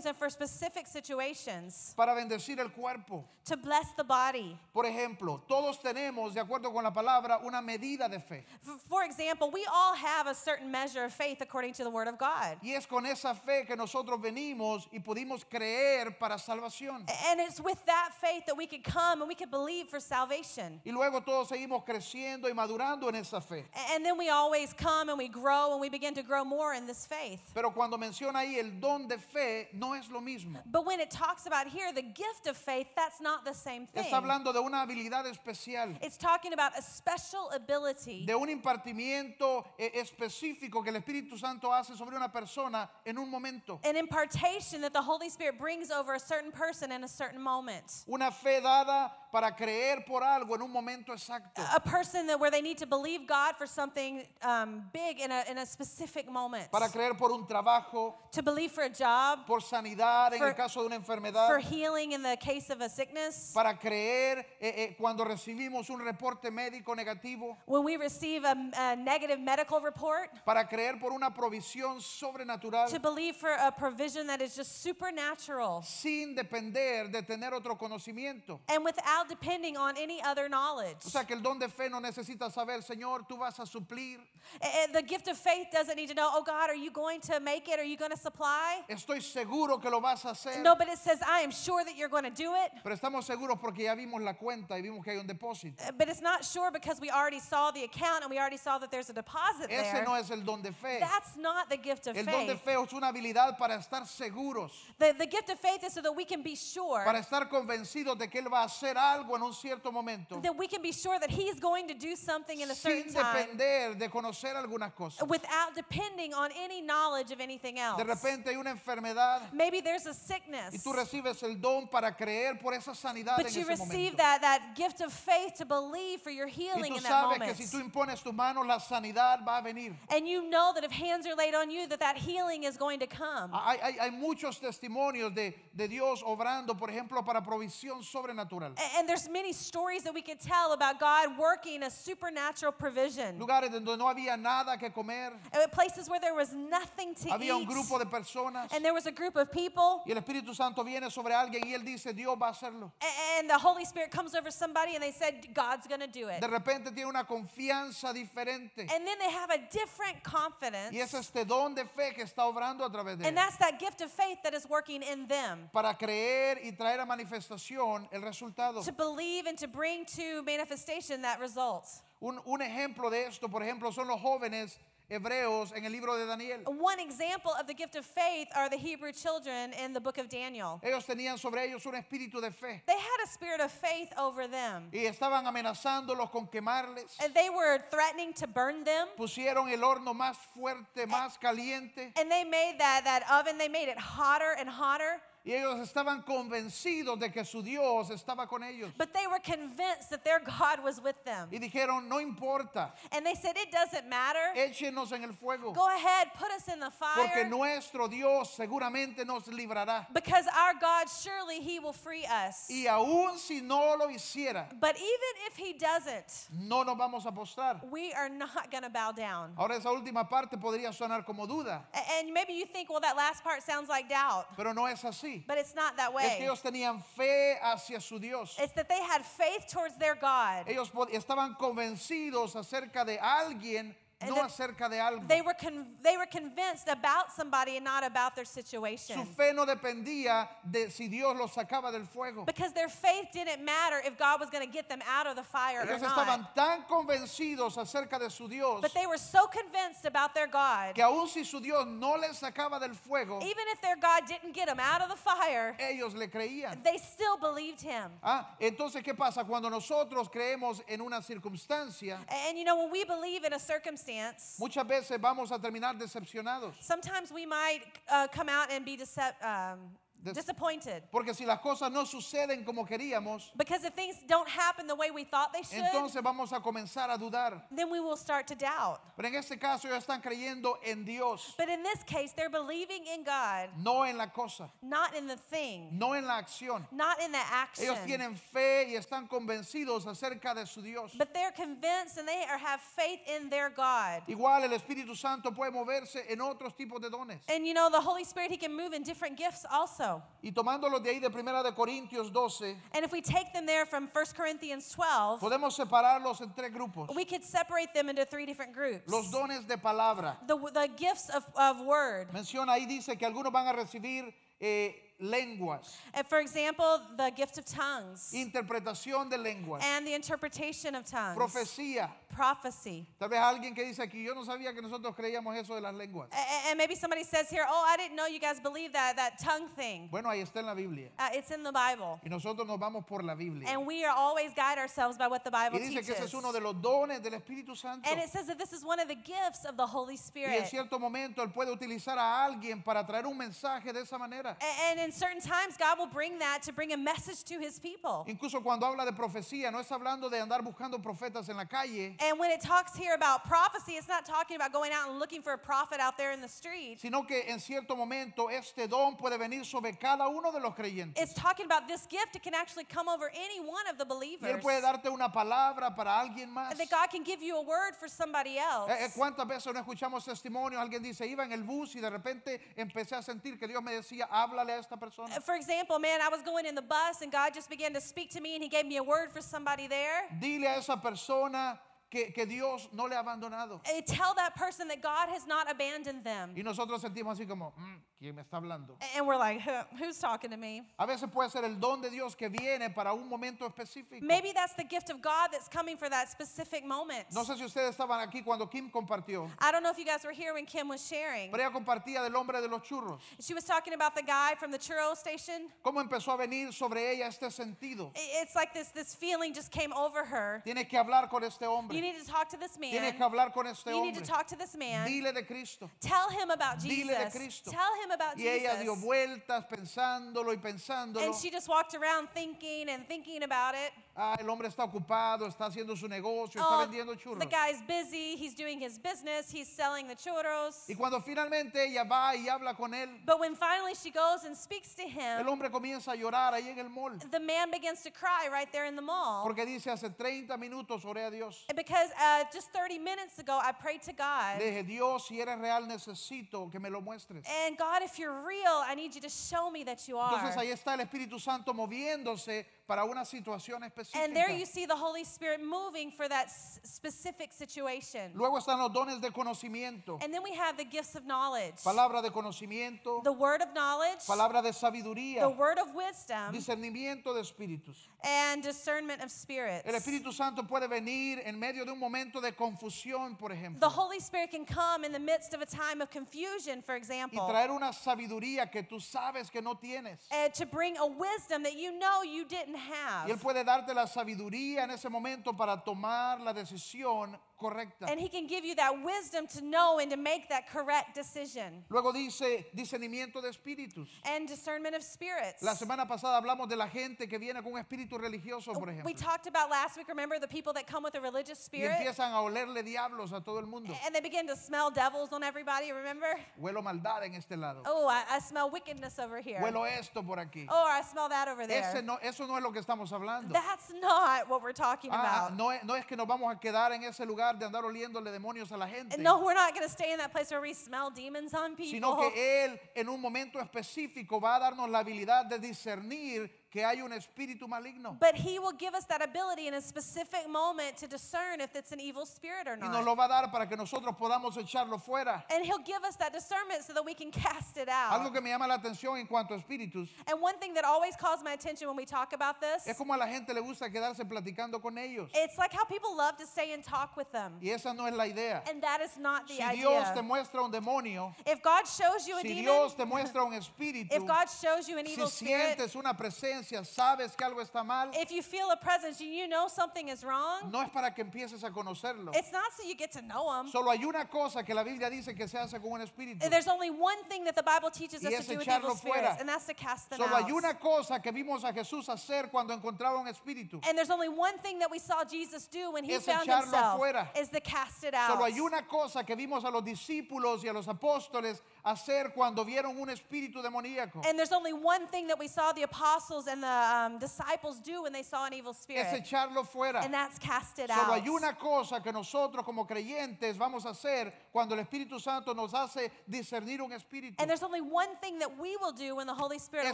S2: and for specific situations,
S1: para bendecir el cuerpo.
S2: to bless the body.
S1: Por ejemplo, todos tenemos, de acuerdo con la palabra, una medida de fe.
S2: F- For example, we all have a certain measure of faith according to the Word of God.
S1: Y es con esa fe que nosotros venimos y pudimos creer para salvación.
S2: And it's with that faith that we could come and we could believe for salvation.
S1: Y luego todos seguimos creciendo y madurando en esa fe.
S2: A- And then we always come and we grow and we begin to grow more in this faith.
S1: Pero cuando menciona ahí el don de fe, no es lo mismo.
S2: But when it talks about here the gift of faith, that's not the same thing.
S1: Está hablando de una habilidad especial,
S2: It's talking about a special ability
S1: de un impartimiento eh, específico que el Espíritu Santo hace sobre una persona en un momento.
S2: an impartation that the Holy Spirit brings over a certain person in a certain moment.
S1: Una fe dada para creer por algo en un momento exacto.
S2: A person that where they need to believe God for something um, big in a, in a specific moment.
S1: Para creer por un trabajo,
S2: To believe for a job,
S1: por sanidad en
S2: For-
S1: el caso de una enfermedad.
S2: for healing in the case of a sickness.
S1: para creer eh, eh, cuando recibimos un reporte médico negativo,
S2: When we receive a, a negative medical report,
S1: para creer por una provisión sobrenatural
S2: to believe for a provision that is just supernatural
S1: sin depender de tener otro conocimiento.
S2: and without depending on any other knowledge.
S1: O sea que el don de fe no necesita saber, Señor, tú vas a suplir.
S2: A- a- the gift of faith doesn't need to know, oh God, are you going to make it? Are you going to supply?
S1: Estoy seguro que lo vas a hacer.
S2: No, but it says, I am sure that you're going to do it.
S1: Pero estamos seguros porque ya vimos la cuenta y vimos que hay un depósito.
S2: Uh, But it's not sure because we already saw the account and we already saw that there's a deposit
S1: Ese
S2: there.
S1: no es el don de fe.
S2: That's not the gift of
S1: El don de
S2: faith.
S1: fe es una habilidad para estar seguros,
S2: The, the gift of faith is so that we can be sure
S1: para estar convencidos de que Él va a hacer algo en un cierto momento.
S2: that we can be sure that he's going to do something in a
S1: sin
S2: certain time
S1: depender de conocer algunas cosas.
S2: without depending on any knowledge of anything else.
S1: De repente hay una enfermedad
S2: Maybe there's a
S1: y
S2: sickness,
S1: tú recibes el don para creer por esa sanidad
S2: but
S1: en
S2: you
S1: ese
S2: receive
S1: momento.
S2: that, that gift of faith to believe for your
S1: y
S2: healing
S1: tú
S2: in that
S1: sabes que
S2: moment.
S1: si tú impones tu mano la sanidad va a venir.
S2: And you know that if hands are laid on you, that that healing is going to come.
S1: Hay, hay- hay muchos testimonios de, de Dios obrando, por ejemplo, para provisión sobrenatural.
S2: A- And there's many stories that we could tell about God working a supernatural provision.
S1: Lugares donde no había nada que comer,
S2: Uh, Places where there was nothing to
S1: había un
S2: eat,
S1: grupo de personas
S2: and there was a group of people,
S1: y el Espíritu Santo viene sobre alguien y él dice, Dios va a hacerlo.
S2: a- and the Holy Spirit comes over somebody, and they said, God's going to do it.
S1: De repente tiene una confianza diferente.
S2: And then they have a different
S1: Y es
S2: confidence,
S1: este don de fe que está obrando a través de él
S2: and that's that gift of faith that is working in them.
S1: para creer y traer a manifestación el resultado.
S2: To believe and to bring to manifestation that result.
S1: Un, un ejemplo de esto, por ejemplo, son los jóvenes hebreos en el libro de Daniel.
S2: One example of the gift of faith are the Hebrew children in the book of Daniel.
S1: Ellos tenían sobre ellos un espíritu de fe
S2: They had a spirit of faith over them.
S1: y estaban amenazándolos con quemarles.
S2: And they were threatening to burn them.
S1: Pusieron el horno más fuerte, más caliente
S2: And they made that, that oven, they made it hotter and hotter.
S1: y ellos estaban convencidos de que su Dios estaba con ellos.
S2: But they were convinced that their God was with them.
S1: Y dijeron, no importa,
S2: And they said, It doesn't matter.
S1: échenos en el fuego
S2: Go ahead, put us in the
S1: porque
S2: fire.
S1: nuestro Dios seguramente nos librará.
S2: Because our God, surely He will free us.
S1: Y aún si no lo hiciera,
S2: But even if He doesn't,
S1: no nos vamos a postrar.
S2: we are not going to bow down.
S1: Ahora esa última parte podría sonar como duda,
S2: A- And maybe you think, Well, that last part sounds like doubt.
S1: pero no es así.
S2: But it's not that
S1: Es que
S2: way.
S1: ellos tenían fe hacia su Dios.
S2: It's that they had faith towards their God.
S1: Ellos po- estaban convencidos acerca de alguien
S2: And
S1: no
S2: that
S1: acerca de algo.
S2: They were, con- they were convinced about somebody and not about their situation.
S1: Su fe no dependía de si Dios los sacaba del fuego.
S2: Because their faith didn't matter if God was going to get them out of the fire or
S1: Ellos
S2: not.
S1: estaban tan convencidos acerca de su Dios
S2: But they were so convinced about their God,
S1: que aun si su Dios no les sacaba del fuego,
S2: even if their God didn't get them out of the fire,
S1: ellos le creían.
S2: they still believed him.
S1: Ah, entonces, ¿qué pasa? Cuando nosotros creemos en una circunstancia,
S2: And you know, when we believe in a circumstance,
S1: muchas veces vamos a terminar decepcionados.
S2: sometimes we might uh, come out and be decep- um,
S1: Dis-
S2: disappointed.
S1: Porque si las cosas no suceden como queríamos,
S2: Because if things don't happen the way we thought they should,
S1: entonces vamos a comenzar a dudar.
S2: then we will start to doubt.
S1: Pero en este caso ellos están creyendo en Dios,
S2: But in this case, they're believing in God,
S1: no en la cosa,
S2: not in the thing,
S1: no en la acción.
S2: not in the action.
S1: Ellos tienen fe y están convencidos acerca de su Dios.
S2: But they're convinced and they are, have faith in their God.
S1: Igual el Espíritu Santo puede moverse en otros tipos de dones.
S2: And you know, the Holy Spirit, He can move in different gifts also.
S1: Y tomándolos de ahí de Primera de Corintios 12,
S2: And if we take them there from 1 Corinthians 12,
S1: podemos separarlos en tres grupos.
S2: we could separate them into three different groups.
S1: Los dones de palabra.
S2: The, the gifts of, of word.
S1: Menciona ahí, dice que algunos van a recibir eh, lenguas,
S2: And for example, the gift of tongues
S1: interpretación de lenguas,
S2: and the interpretation of tongues.
S1: profecía.
S2: Prophecy.
S1: Tal vez alguien que dice aquí, yo no sabía que nosotros creíamos eso de las lenguas.
S2: A- a- And maybe somebody says here, oh, I didn't know you guys believe that, that tongue thing.
S1: Bueno, ahí está en la Biblia.
S2: Uh, it's in the Bible.
S1: Y nosotros nos vamos por la Biblia.
S2: And we are always guide ourselves by what the Bible
S1: Y dice que ese es
S2: teaches.
S1: uno de los dones del Espíritu Santo.
S2: And it says that this is one of the gifts of the
S1: Y
S2: Holy
S1: en
S2: Spirit. A-
S1: cierto momento Él puede utilizar a alguien para traer un mensaje de esa manera.
S2: And in certain times, God will bring that to bring a message to his people.
S1: Incluso cuando habla de profecía, no está hablando de andar buscando profetas en la calle,
S2: And when it talks here about prophecy, it's not talking about going out and looking for a prophet out there in the street.
S1: sino que en cierto momento este don puede venir sobre cada uno de los creyentes.
S2: It's talking about this gift. It can actually come over any one of the
S1: Y Él
S2: believers.
S1: puede darte una palabra para alguien más.
S2: That God can give you a word for somebody else.
S1: Eh, eh, ¿Cuántas veces no escuchamos testimonios? Alguien dice, iba en el bus y de repente empecé a sentir que Dios me decía, háblale a esta persona.
S2: Uh, For example, man, I was going in the bus and God just began to speak to me and He gave me a word for somebody there.
S1: Dile a esa persona que, que Dios no le ha abandonado.
S2: Uh, Tell that person that God has not abandoned them.
S1: Y nosotros sentimos así como, "Mm, ¿quién me está hablando?
S2: A- And we're like, "Huh, who's talking to me?
S1: A veces puede ser el don de Dios que viene para un momento específico.
S2: Maybe that's the gift of God that's coming for that specific moment.
S1: No sé si ustedes estaban aquí cuando Kim compartió,
S2: I don't know if you guys were here when Kim was sharing.
S1: pero ella compartía del hombre de los churros.
S2: She was talking about the guy from the churro station.
S1: ¿Cómo empezó a venir sobre ella este sentido?
S2: I- It's like this this feeling just came over her.
S1: Tienes que hablar con este
S2: You
S1: hombre.
S2: need to talk to this
S1: Tienes
S2: man.
S1: que hablar con este
S2: You need to
S1: hombre.
S2: talk to this man.
S1: Dile de Cristo.
S2: Tell him about
S1: Dile de
S2: Jesus.
S1: Cristo.
S2: Tell him about
S1: Y ella dio
S2: Jesus.
S1: vueltas pensándolo y pensándolo.
S2: And she just walked around thinking and thinking about it.
S1: Ah, el hombre está ocupado, está haciendo su negocio,
S2: Oh,
S1: está vendiendo churros.
S2: the guy's busy. He's doing his business. He's selling the churros.
S1: Y cuando finalmente ella va y habla con él,
S2: But when finally she goes and speaks to
S1: el
S2: him,
S1: hombre comienza a llorar ahí en el mall.
S2: the man begins to cry right there in the mall.
S1: Porque dice, hace 30 minutos oré a Dios.
S2: Because uh, just 30 minutes ago, I prayed to God.
S1: Le dije, Dios, si eres real, necesito que me lo muestres.
S2: And God, if you're real, I need you to show me that you
S1: Entonces
S2: are.
S1: ahí está el Espíritu Santo moviéndose para una situación
S2: And there
S1: específica.
S2: you see the Holy Spirit moving for that s- specific situation.
S1: Luego están los dones de conocimiento,
S2: And then we have the gifts of knowledge
S1: palabra de conocimiento,
S2: the word of knowledge,
S1: palabra de
S2: the
S1: sabiduría,
S2: word of wisdom,
S1: discernimiento de espíritus.
S2: and discernment of spirits.
S1: El Espíritu Santo puede venir en medio de un momento de confusión, por
S2: The
S1: ejemplo,
S2: Holy Spirit can come in the midst of a time of confusion, for
S1: y
S2: example,
S1: traer una sabiduría que tú sabes que no tienes.
S2: uh, to bring a wisdom that you know you didn't
S1: Y Él
S2: have.
S1: puede darte la sabiduría en ese momento para tomar la decisión correcta.
S2: And He can give you that wisdom to know and to make that correct decision.
S1: Luego dice discernimiento de espíritus.
S2: And discernment of spirits.
S1: La semana pasada hablamos de la gente que viene con un espíritu religioso, por
S2: Oh, We
S1: ejemplo,
S2: talked about last week, remember the people that come with a religious
S1: y
S2: spirit
S1: empiezan a olerle diablos a todo el mundo.
S2: and they begin to smell devils on everybody, remember?
S1: Huelo maldad en este lado.
S2: Oh, I, I smell wickedness over here.
S1: Huelo esto por aquí.
S2: Oh, I smell that over there.
S1: Ese no, eso no es lo que estamos hablando.
S2: That's not what we're talking
S1: Ah, ah,
S2: about.
S1: no, es, no es que nos vamos a quedar en ese lugar de andar oliéndole demonios a la gente,
S2: And no, we're not going to stay in that place where we smell demons on people.
S1: sino que Él en un momento específico va a darnos la habilidad de discernir que hay un espíritu maligno.
S2: But he will give us that ability in a specific moment to discern if it's an evil spirit or
S1: Y nos
S2: not.
S1: lo va a dar para que nosotros podamos echarlo fuera.
S2: And he'll give us that discernment so that we can cast it
S1: Algo
S2: out.
S1: que me llama la atención en cuanto a espíritus
S2: And one thing that always calls my attention when we talk about this,
S1: es como a la gente le gusta quedarse platicando con ellos.
S2: it's like how people love to stay and talk with them.
S1: Y esa no es la idea.
S2: And that is not the
S1: Si Dios te
S2: idea.
S1: muestra un demonio,
S2: If God shows you a
S1: si
S2: demon,
S1: Dios te muestra un espíritu,
S2: if God shows you an
S1: si
S2: evil spirit,
S1: sientes una presencia, sabes que algo está mal,
S2: if you feel a presence, you- you know something is wrong.
S1: no es para que empieces a conocerlo.
S2: It's not so you get to know him.
S1: Solo hay una cosa que la Biblia dice que se hace con un espíritu.
S2: There's only one thing that the Bible teaches
S1: Y
S2: us
S1: es
S2: to do with evil
S1: echarlo
S2: spirits,
S1: fuera.
S2: and that's to cast them
S1: Solo hay
S2: out.
S1: una cosa que vimos a Jesús hacer cuando encontraba un espíritu.
S2: And there's only one thing that we saw Jesus do when he
S1: Es
S2: found
S1: echarlo
S2: himself
S1: fuera.
S2: is to cast it out.
S1: Solo hay una cosa que vimos a los discípulos y a los apóstoles hacer cuando vieron un espíritu demoníaco.
S2: And there's only one thing that we saw the apostles and the um, disciples do when they saw an evil
S1: Es
S2: spirit,
S1: echarlo fuera.
S2: and that's cast it
S1: Solo
S2: out.
S1: hay una cosa que nosotros como creyentes vamos a hacer cuando el Espíritu Santo nos hace discernir un espíritu.
S2: And there's only one thing that we will do when the Holy Spirit
S1: Es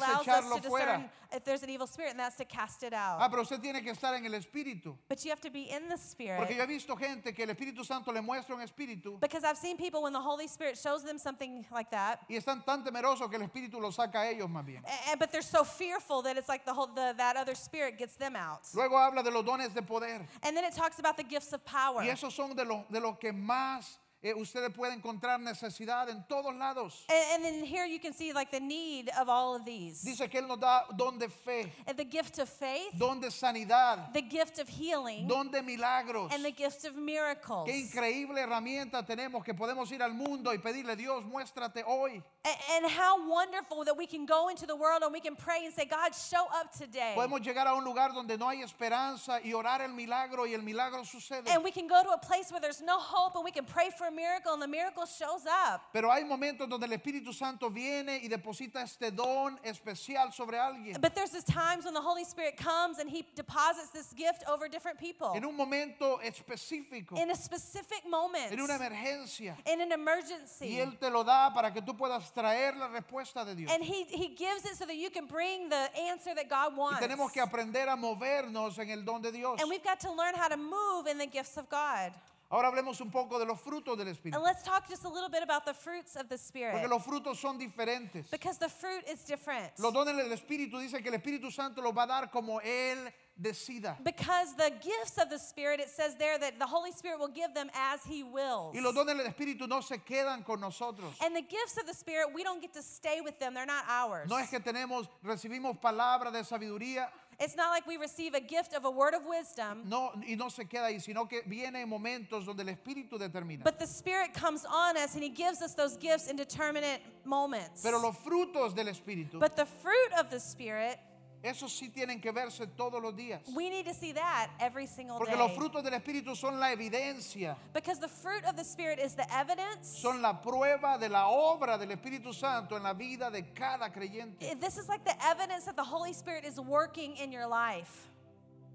S2: allows us
S1: echarlo
S2: to
S1: fuera.
S2: discern if there's an evil spirit, and that's to cast it out.
S1: Ah, pero usted tiene que estar en el espíritu.
S2: But you have to be in the Spirit.
S1: Porque yo he visto gente que el Espíritu Santo le muestra un espíritu
S2: Because I've seen people when the Holy Spirit shows them something like that,
S1: y están tan temerosos que el espíritu los saca a ellos más bien.
S2: a- a- but they're so fearful that it's like the whole the, that other spirit gets them out.
S1: Luego habla de los dones de poder.
S2: And then it talks about the gifts of power.
S1: Y esos son de los de los que más eh, ustedes pueden encontrar necesidad en todos lados.
S2: And, and then here you can see like the need of all of these.
S1: Dice que Él nos da don de fe,
S2: And the gift of faith,
S1: don de sanidad,
S2: the gift of healing,
S1: don de milagros.
S2: and the gift of miracles.
S1: Qué increíble herramienta tenemos que podemos ir al mundo y pedirle, Dios, muéstrate hoy.
S2: A- and how wonderful that we can go into the world and we can pray and say, God, show up today.
S1: Podemos llegar a un lugar donde no hay esperanza y orar el milagro y el milagro sucede.
S2: And we can go to a place where there's no hope and we can pray for a miracle and the miracle shows up.
S1: Pero hay momentos donde el Espíritu Santo viene y deposita este don especial sobre alguien.
S2: But there's this times when the Holy Spirit comes and he deposits this gift over different people
S1: En un momento específico,
S2: in a specific moment,
S1: en una emergencia.
S2: in an
S1: Y
S2: emergency.
S1: Él te lo da para que tú puedas traer la respuesta de Dios.
S2: And he, he gives it so that you can bring the answer that God
S1: Y
S2: wants.
S1: tenemos que aprender a movernos en el don de Dios.
S2: And we've got to learn how to move in the gifts of God.
S1: Ahora hablemos un poco de los frutos del Espíritu.
S2: And let's talk just a little bit about the fruits of the
S1: Porque
S2: Spirit
S1: los frutos son diferentes.
S2: because the fruit is different.
S1: Los dones del Espíritu dice que el Espíritu Santo los va a dar como Él decida.
S2: Because the gifts of the Spirit, it says there that the Holy Spirit will give them as he wills.
S1: Y los dones del Espíritu no se quedan con nosotros.
S2: And the gifts of the Spirit, we don't get to stay with them, they're not ours.
S1: No es que tenemos, recibimos palabras de sabiduría
S2: It's not like we receive a gift of a word of wisdom,
S1: no, y no se queda ahí, sino que viene en momentos donde el Espíritu determina.
S2: but the Spirit comes on us and He gives us those gifts in determinate moments.
S1: Pero los frutos del Espíritu,
S2: But the fruit of the Spirit,
S1: esos sí tienen que verse todos los días.
S2: we need to see that every single
S1: Porque los
S2: day.
S1: frutos del Espíritu son la evidencia,
S2: Because the fruit of the Spirit is the evidence.
S1: son la prueba de la obra del Espíritu Santo en la vida de cada creyente.
S2: Eh, This is like the evidence that the Holy Spirit is working in your life.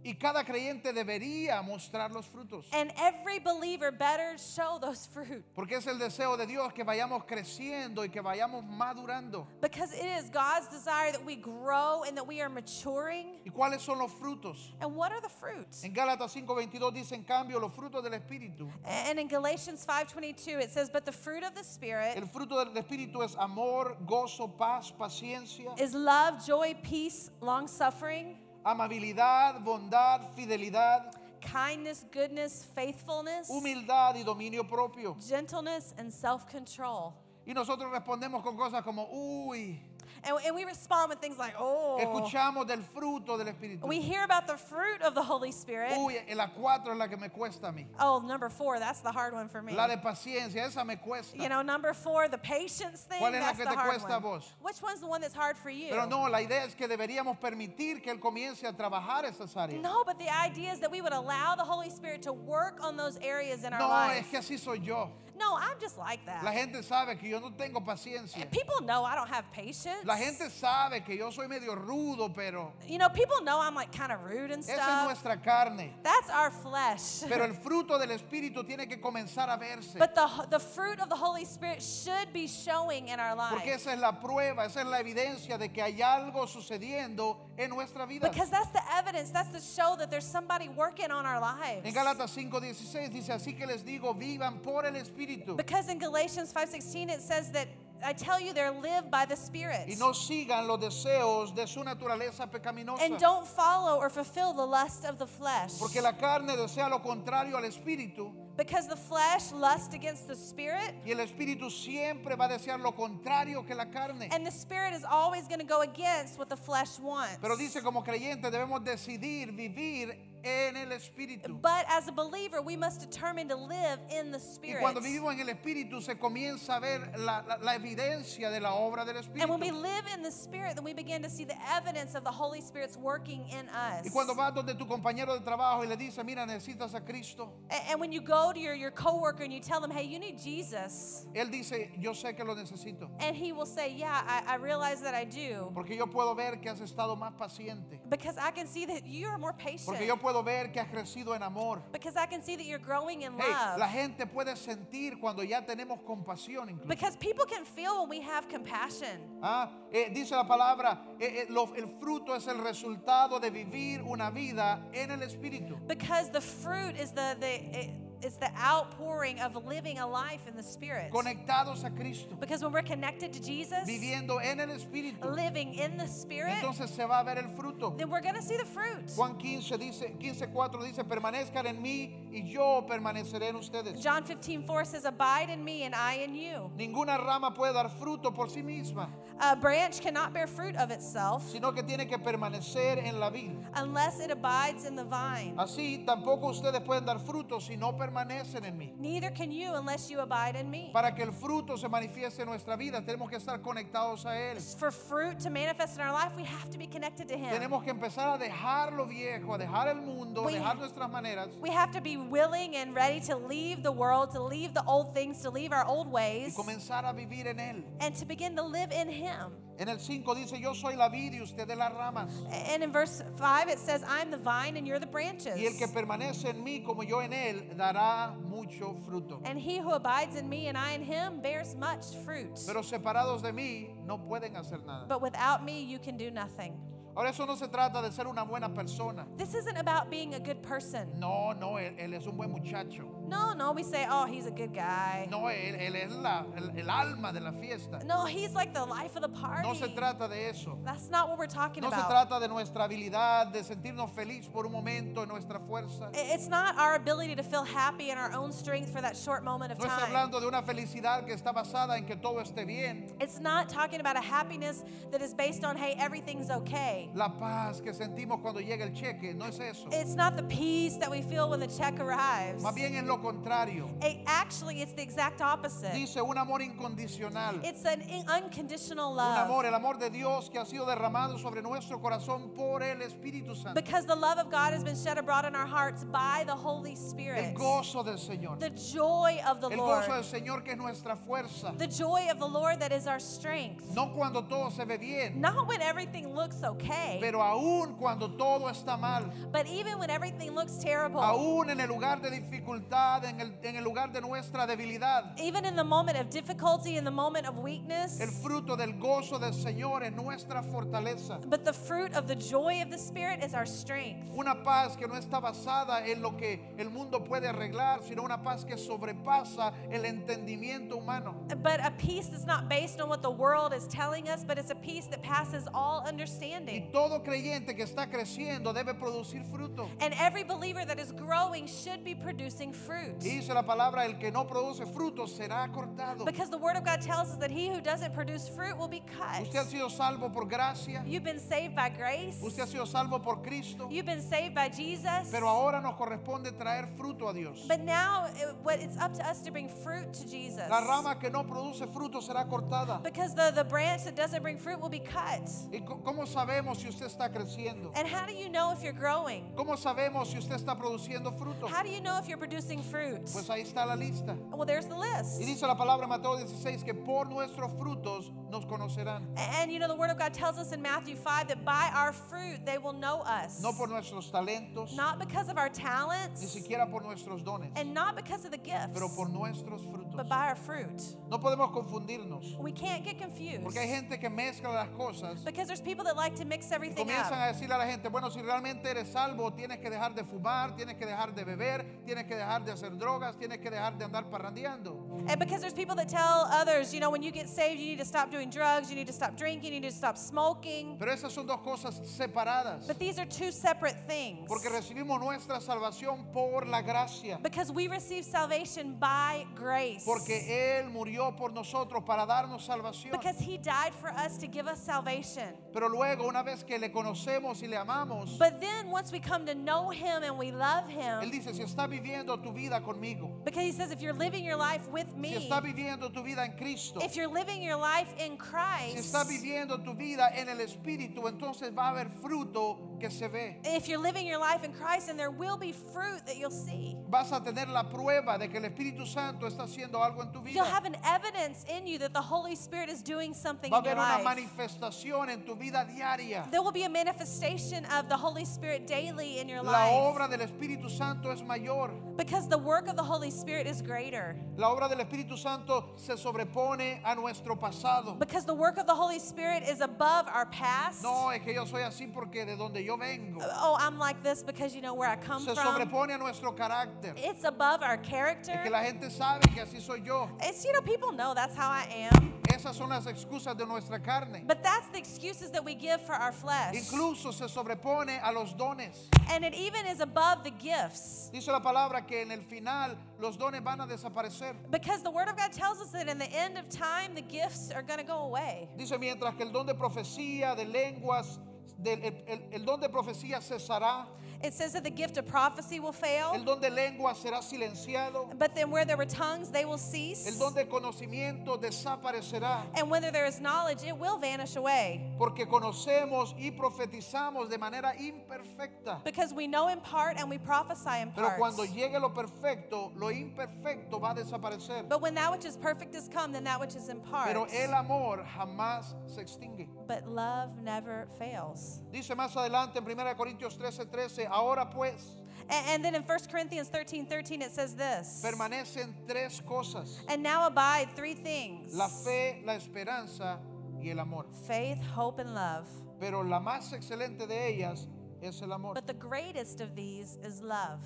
S1: Y cada creyente debería mostrar los frutos.
S2: And every believer better show those fruit.
S1: Porque es el deseo de Dios que vayamos creciendo y que vayamos madurando.
S2: Because it is God's desire that we grow and that we are maturing.
S1: ¿Y cuáles son los frutos?
S2: And what are the fruits?
S1: En Gálatas 5:22 dice, en cambio, los frutos del Espíritu.
S2: And in Galatians 5:22 it says but the fruit of the spirit
S1: El fruto del Espíritu es amor, gozo, paz, paciencia,
S2: is love, joy, peace, long suffering,
S1: amabilidad, bondad, fidelidad,
S2: kindness, goodness, faithfulness,
S1: humildad y dominio propio.
S2: gentleness and self-control.
S1: Y nosotros respondemos con cosas como, uy,
S2: And, and we respond with things like, "Oh,
S1: escuchamos del fruto del Espíritu.
S2: we hear about the fruit of the Holy Spirit."
S1: Uy, la cuatro es la que me cuesta a mí.
S2: Oh, number 4, that's the hard one for me.
S1: La de paciencia, esa me cuesta.
S2: You know, number 4, the patience thing,
S1: ¿Cuál es la
S2: that's
S1: que
S2: the
S1: te
S2: hard
S1: cuesta a
S2: one.
S1: vos?
S2: Which one's the one that's hard for you?
S1: Pero no, la idea es que deberíamos permitir que Él comience a trabajar esas áreas.
S2: No, but the idea is that we would allow the Holy Spirit to work on those areas in our
S1: No,
S2: life.
S1: es que así soy yo.
S2: No, I'm just like that.
S1: La gente sabe que yo no tengo paciencia.
S2: People know I don't have patience. arrogance.
S1: La gente sabe que yo soy medio rudo, pero
S2: You know, people know I'm like kind of rude and
S1: esa es
S2: stuff.
S1: nuestra carne.
S2: That's our flesh.
S1: Pero el fruto del Espíritu tiene que comenzar a verse.
S2: But the, the fruit of the Holy Spirit should be showing in our
S1: Porque
S2: lives.
S1: esa es la prueba, esa es la evidencia de que hay algo sucediendo en nuestra vida.
S2: Because that's the evidence, that's the show that there's somebody working on our lives.
S1: En Gálatas 5:16 dice, así que les digo, vivan por el Espíritu
S2: Because in Galatians 5:16 it says that I tell you they're lived by the Spirit.
S1: y no sigan los deseos de su naturaleza
S2: And
S1: pecaminosa.
S2: don't follow or fulfill the lust of the flesh.
S1: Porque la carne desea lo contrario al Espíritu
S2: Because the flesh lusts against the spirit,
S1: y el Espíritu siempre va a desear lo contrario que la carne.
S2: and the spirit is always going to go against what the flesh wants.
S1: Pero dice, como creyentes debemos decidir vivir en el Espíritu.
S2: But as a believer, we must determine to live in the
S1: Y
S2: spirit.
S1: cuando vivimos en el Espíritu se comienza a ver la, la- la evidencia de la obra del
S2: And when we
S1: Espíritu.
S2: live in the Spirit, then we begin to see the evidence of the Holy Spirit's working in us.
S1: Y cuando vas donde tu compañero de trabajo y le dice, mira, necesitas a Cristo,
S2: A- and when you go to your, your coworker and you tell them, hey, you need Jesus,
S1: él dice, yo sé que lo necesito.
S2: and he will say, yeah, I, I realize that I do.
S1: Porque yo puedo ver que has estado más paciente.
S2: Because I can see that you are more patient.
S1: Porque yo puedo ver que has crecido en amor.
S2: Because I can see that you're growing in
S1: Hey,
S2: love.
S1: la gente puede sentir cuando ya tenemos compasión incluso.
S2: Because people can feel when we have compassion.
S1: Ah, eh, dice la palabra, eh, eh, lo- el fruto es el resultado de vivir una vida en el Espíritu.
S2: Because the fruit is the, the it, it's the outpouring of living a life in the Spirit.
S1: Conectados a Cristo,
S2: Because when we're connected to Jesus,
S1: viviendo en el Espíritu.
S2: living in the Spirit,
S1: Entonces se va a ver el fruto.
S2: then we're going to see the fruit.
S1: Juan 15 dice, 15:4 dice, permanezcan en mí y yo permaneceré en ustedes.
S2: John 15, 4 says, Abide in me and I in you.
S1: Ninguna rama puede dar fruto por sí misma,
S2: A branch cannot bear fruit of itself
S1: sino que tiene que permanecer en la vid.
S2: unless it abides in the vine.
S1: Así tampoco ustedes pueden dar fruto si no permanecen en mí.
S2: Neither can you unless you abide in me.
S1: Para que el fruto se manifieste en nuestra vida, tenemos que estar conectados a Él.
S2: For fruit to manifest in our life, we have to be connected to Him.
S1: Tenemos que empezar a dejar lo viejo, a dejar el mundo, a
S2: We-
S1: dejar nuestras maneras.
S2: We have to be willing and ready to leave the world, to leave the old things, to leave our old
S1: y
S2: ways,
S1: comenzar a vivir en Él.
S2: and to begin to live in Him.
S1: En el 5 dice, yo soy la vid y ustedes las ramas.
S2: And in verse 5, it says, I'm the vine and you're the branches.
S1: Y el que permanece en mí como yo en Él, dará mucho fruto.
S2: And he who abides in me and I in him bears much fruit.
S1: Pero separados de mí, no pueden hacer nada.
S2: But without me, you can do nothing.
S1: Ahora eso no se trata de ser una buena persona.
S2: This isn't about being a good person.
S1: No, no, él, él es un buen muchacho.
S2: No, no, we say, oh, he's a good guy.
S1: No, él, él es la- el, el alma de la fiesta.
S2: No, he's like the life of the party.
S1: No se trata de eso.
S2: That's not what we're talking
S1: No se
S2: about.
S1: trata de nuestra habilidad, de sentirnos feliz por un momento, en nuestra fuerza.
S2: I- It's not our ability to feel happy in our own strength for that short moment of
S1: No está
S2: time.
S1: hablando de una felicidad que está basada en que todo esté bien.
S2: It's not talking about a happiness that is based on, hey, everything's okay.
S1: La paz que sentimos cuando llega el cheque, no es eso.
S2: It's not the peace that we feel when the check arrives.
S1: Más bien es lo contrario.
S2: It- actually, it's the exact opposite.
S1: Dice un amor incondicional.
S2: It's an in- unconditional
S1: Un
S2: love.
S1: amor, el amor de Dios que ha sido derramado sobre nuestro corazón por el Espíritu Santo.
S2: Because the love of God has been shed abroad in our hearts by the Holy
S1: El
S2: Spirit.
S1: gozo del Señor.
S2: The joy of the
S1: El
S2: Lord.
S1: gozo del Señor que es nuestra fuerza.
S2: The joy of the Lord that is our strength.
S1: No cuando todo se ve bien,
S2: Not when everything looks okay,
S1: pero aún cuando todo está mal.
S2: but even when everything looks terrible.
S1: Aún en el lugar de dificultad, en el, en el lugar de nuestra debilidad.
S2: Even in the moment of difficulty, in the moment of weakness.
S1: El fruto del gozo del Señor es nuestra fortaleza.
S2: But the fruit of the joy of the Spirit is our strength.
S1: Una paz que no está basada en lo que el mundo puede arreglar, sino una paz que sobrepasa el entendimiento humano.
S2: But a peace that's not based on what the world is telling us, but it's a peace that passes all understanding.
S1: Y todo creyente que está creciendo debe producir fruto.
S2: And every believer that is growing should be producing fruit.
S1: Y dice la palabra, el que no produce fruto será cortado.
S2: Because the word of God tells us that he who doesn't produce fruit will be
S1: Usted ha
S2: cut.
S1: sido salvo por gracia,
S2: You've been saved by grace.
S1: usted ha sido salvo por Cristo,
S2: You've been saved by Jesus.
S1: pero ahora nos corresponde traer fruto a Dios.
S2: But now it, what it's up to us to bring fruit to Jesus.
S1: La rama que no produce fruto será cortada.
S2: Because the, the branch that doesn't bring fruit will be cut.
S1: ¿Y co- cómo sabemos sabemos si usted está creciendo?
S2: And how do you know if you're growing?
S1: ¿Cómo sabemos si usted está produciendo fruto?
S2: How do you know if you're producing fruit?
S1: Pues ahí está la lista.
S2: Well, there's the list.
S1: Y dice la palabra en Mateo 16 que por nuestros frutos nos conocerán,
S2: And you know, the Word of God tells us in Matthew 5 that by our fruit they will know us.
S1: no por nuestros talentos,
S2: Not because of our
S1: ni
S2: talents
S1: siquiera por nuestros dones,
S2: and not because of the gifts,
S1: pero por nuestros frutos.
S2: but by our fruit.
S1: No podemos confundirnos,
S2: We can't get confused
S1: porque hay gente que mezcla las cosas
S2: because there's people that like to mix
S1: y
S2: everything
S1: comienzan a
S2: up.
S1: decirle a la gente, bueno, si realmente eres salvo, tienes que dejar de fumar, tienes que dejar de beber, tienes que dejar de hacer drogas, tienes que dejar de andar parrandeando.
S2: And because there's people that tell others, you know, when you get saved, you need to stop doing drugs, you need to stop drinking, you need to stop smoking.
S1: Pero esas son dos cosas separadas,
S2: But these are two separate things.
S1: porque recibimos nuestra salvación por la gracia.
S2: Because we receive salvation by grace.
S1: Porque Él murió por nosotros para darnos salvación.
S2: Because he died for us to give us salvation.
S1: Pero luego, una vez que le conocemos y le amamos,
S2: But then once we come to know him and we love
S1: Él
S2: him,
S1: dice, si está viviendo tu vida conmigo,
S2: because he says if you're living your life with
S1: si
S2: me,
S1: está viviendo tu vida en Cristo,
S2: if you're living your life in
S1: si
S2: Christ,
S1: está viviendo tu vida en el Espíritu, entonces va a haber fruto que se ve.
S2: if you're living your life in Christ, then there will be fruit that you'll see.
S1: Vas a tener la prueba de que el Espíritu Santo está haciendo algo en tu vida.
S2: You'll have an evidence in you that the Holy Spirit is doing something
S1: Va a
S2: in your
S1: haber una
S2: life.
S1: manifestación en tu vida diaria.
S2: There will be a manifestation of the Holy Spirit daily in your
S1: La
S2: life
S1: obra del Espíritu Santo es mayor.
S2: because the work of the Holy Spirit is greater.
S1: La obra del Espíritu Santo se sobrepone a nuestro pasado.
S2: Because the work of the Holy Spirit is above our past.
S1: No, es que yo soy así porque de donde yo vengo
S2: Oh, I'm like this because you know where I come
S1: se
S2: from.
S1: sobrepone a nuestro carácter.
S2: It's above our
S1: Es
S2: character.
S1: que la gente sabe que así soy yo.
S2: It's, you know, people know that's how I am.
S1: Esas son las excusas de nuestra carne.
S2: But that's the excuses that we give for our flesh.
S1: Incluso se sobrepone a los dones.
S2: And it even is above the gifts.
S1: Dice la palabra que en el final los dones van a desaparecer.
S2: Because the Word of God tells us that in the end of time, the gifts are going to go away.
S1: Dice mientras que el don de profecía, de lenguas, del- el, el- el don de profecía cesará,
S2: It says that the gift of prophecy will
S1: el
S2: fail,
S1: don de lenguas será silenciado,
S2: but then where there were tongues, they will
S1: el
S2: cease.
S1: don de conocimiento desaparecerá.
S2: And whether there is knowledge, it will vanish away.
S1: Porque conocemos y profetizamos de manera imperfecta.
S2: Because we know in part and we prophesy in
S1: Pero
S2: part.
S1: cuando llegue lo perfecto, lo imperfecto va a desaparecer.
S2: But when that which is perfect is come, then that which is in part.
S1: Pero el amor jamás se extingue.
S2: But love never fails.
S1: Dice más adelante en 1 Corintios 13, 13, ahora pues
S2: A- And, then in 1 Corinthians 13 13, it says this
S1: permanecen tres cosas,
S2: And now abide three things
S1: la fe, la esperanza y el amor.
S2: faith, hope, and love.
S1: Pero la más excelente de ellas es el amor.
S2: But the greatest of these is love.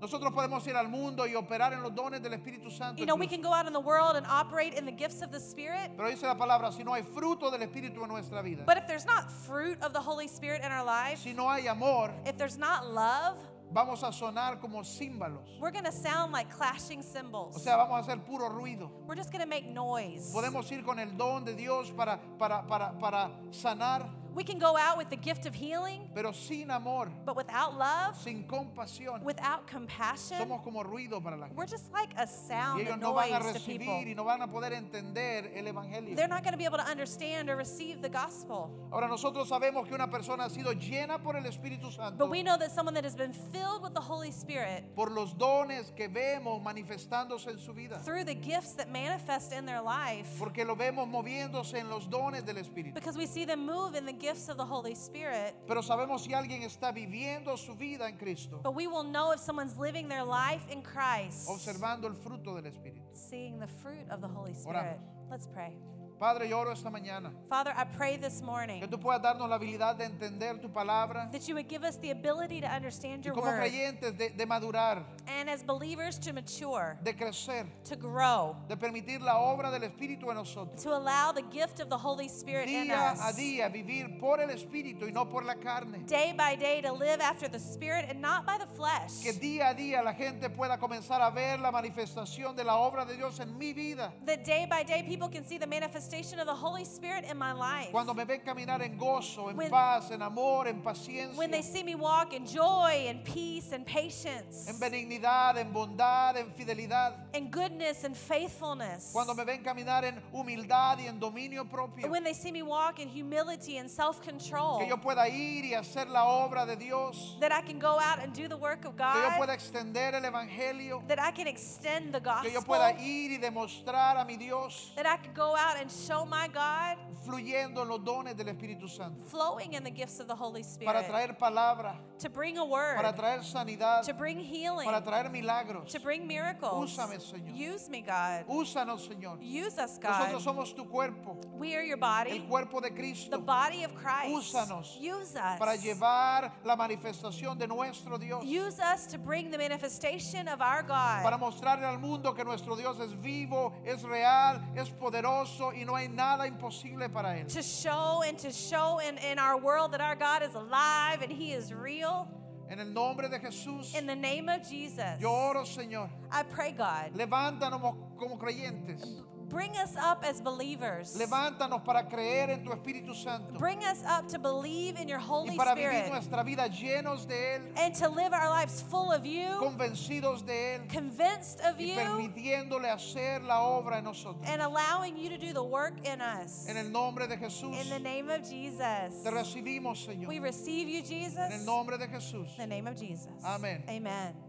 S1: Nosotros podemos ir al mundo y operar en los dones del Espíritu Santo.
S2: You know, we
S1: incluso.
S2: can go out in the world and operate in the gifts of the Spirit,
S1: Pero dice la palabra, si no hay fruto del Espíritu en nuestra vida,
S2: but if there's not fruit of the Holy Spirit in our life,
S1: si no hay amor,
S2: if there's not love,
S1: vamos a sonar como címbalos.
S2: we're going to sound like clashing
S1: O
S2: cymbals.
S1: sea, vamos a hacer puro ruido.
S2: We're just going to make noise.
S1: Podemos ir con el don de Dios para, para, para, para sanar,
S2: We can go out with the gift of healing,
S1: pero sin amor,
S2: but without love,
S1: sin compasión.
S2: without compassion,
S1: Somos como ruido para la gente.
S2: we're just like
S1: Y
S2: a sound, a
S1: ellos no van a
S2: noise to people.
S1: recibir y no van a poder entender el Evangelio.
S2: They're not going to be able to understand or receive the gospel.
S1: Ahora nosotros sabemos que una persona ha sido llena por el Espíritu Santo
S2: But we know that someone that has been filled with the Holy Spirit
S1: por los dones que vemos manifestándose en su vida.
S2: through the gifts that manifest in their life,
S1: Porque lo vemos moviéndose en los dones del Espíritu.
S2: because we see them move in the gifts of the Holy Spirit.
S1: Pero sabemos si alguien está viviendo su vida en Cristo,
S2: But we will know if someone's living their life in Christ,
S1: observando el fruto del Espíritu.
S2: seeing the fruit of the Holy Spirit. Let's pray.
S1: Padre, yo oro esta mañana.
S2: Father, I pray this
S1: Que
S2: morning
S1: tú puedas darnos la habilidad de entender tu palabra.
S2: that you would give us the ability to understand
S1: Y
S2: your
S1: como
S2: word.
S1: creyentes de, de madurar,
S2: and as believers to mature,
S1: de crecer,
S2: to grow,
S1: de permitir la obra del Espíritu en nosotros.
S2: to allow the gift of the Holy Spirit in
S1: Día a
S2: us.
S1: día vivir por el Espíritu y no por la carne.
S2: Day by day to live after the Spirit and not by the flesh.
S1: Que día a día la gente pueda comenzar a ver la manifestación de la obra de Dios en mi vida.
S2: That day by day people can see the manifestation of the Holy Spirit in my life.
S1: Cuando me ven caminar en gozo, en
S2: When-
S1: paz, en amor, en paciencia,
S2: When they see me walk in joy and peace and patience
S1: en benignidad, en bondad, en fidelidad.
S2: and goodness and faithfulness.
S1: Cuando me ven caminar en humildad y en dominio propio.
S2: When they see me walk in humility and self control.
S1: Que yo pueda ir y hacer la obra de Dios.
S2: That I can go out and do the work of
S1: Que yo
S2: God.
S1: pueda extender el evangelio.
S2: That I can extend the
S1: Que
S2: gospel.
S1: yo pueda ir y demostrar a mi Dios
S2: That I can go out and show my God
S1: fluyendo en los dones del Espíritu Santo.
S2: flowing in the gifts of the Holy Spirit.
S1: Para traer palabra,
S2: To bring a word.
S1: para traer sanidad,
S2: To bring healing.
S1: para traer milagros.
S2: To bring miracles.
S1: Úsame, Señor.
S2: Use me, God.
S1: Úsanos, Señor.
S2: Use us, God.
S1: Nosotros somos tu cuerpo,
S2: We are your
S1: el
S2: body,
S1: cuerpo de
S2: the
S1: Cristo,
S2: body of Christ.
S1: Úsanos
S2: Use us.
S1: para llevar la manifestación de nuestro Dios,
S2: Use us to bring the manifestation of our
S1: para
S2: God.
S1: mostrarle al mundo que nuestro Dios es vivo, es real, es poderoso y no hay nada imposible para Él.
S2: To show and to show in, in our world that our God is alive and He is real.
S1: En el nombre de Jesús,
S2: In the name of Jesus,
S1: yo oro, Señor.
S2: I pray, God,
S1: Levántanos mo- como creyentes.
S2: bring us up as believers.
S1: Levántanos para creer en tu Espíritu Santo
S2: Bring us up to believe in your
S1: y
S2: Holy
S1: para vivir
S2: Spirit
S1: nuestra vida llenos de Él,
S2: and to live our lives full of you,
S1: convencidos de Él
S2: convinced of
S1: y
S2: you,
S1: permitiéndole hacer la obra en nosotros.
S2: and allowing you to do the work in us.
S1: En el nombre de Jesús,
S2: In the name of Jesus.
S1: te recibimos, Señor.
S2: We receive you,
S1: En el
S2: Jesus.
S1: nombre de Jesús.
S2: In the name of Jesus.
S1: Amén.
S2: Amen.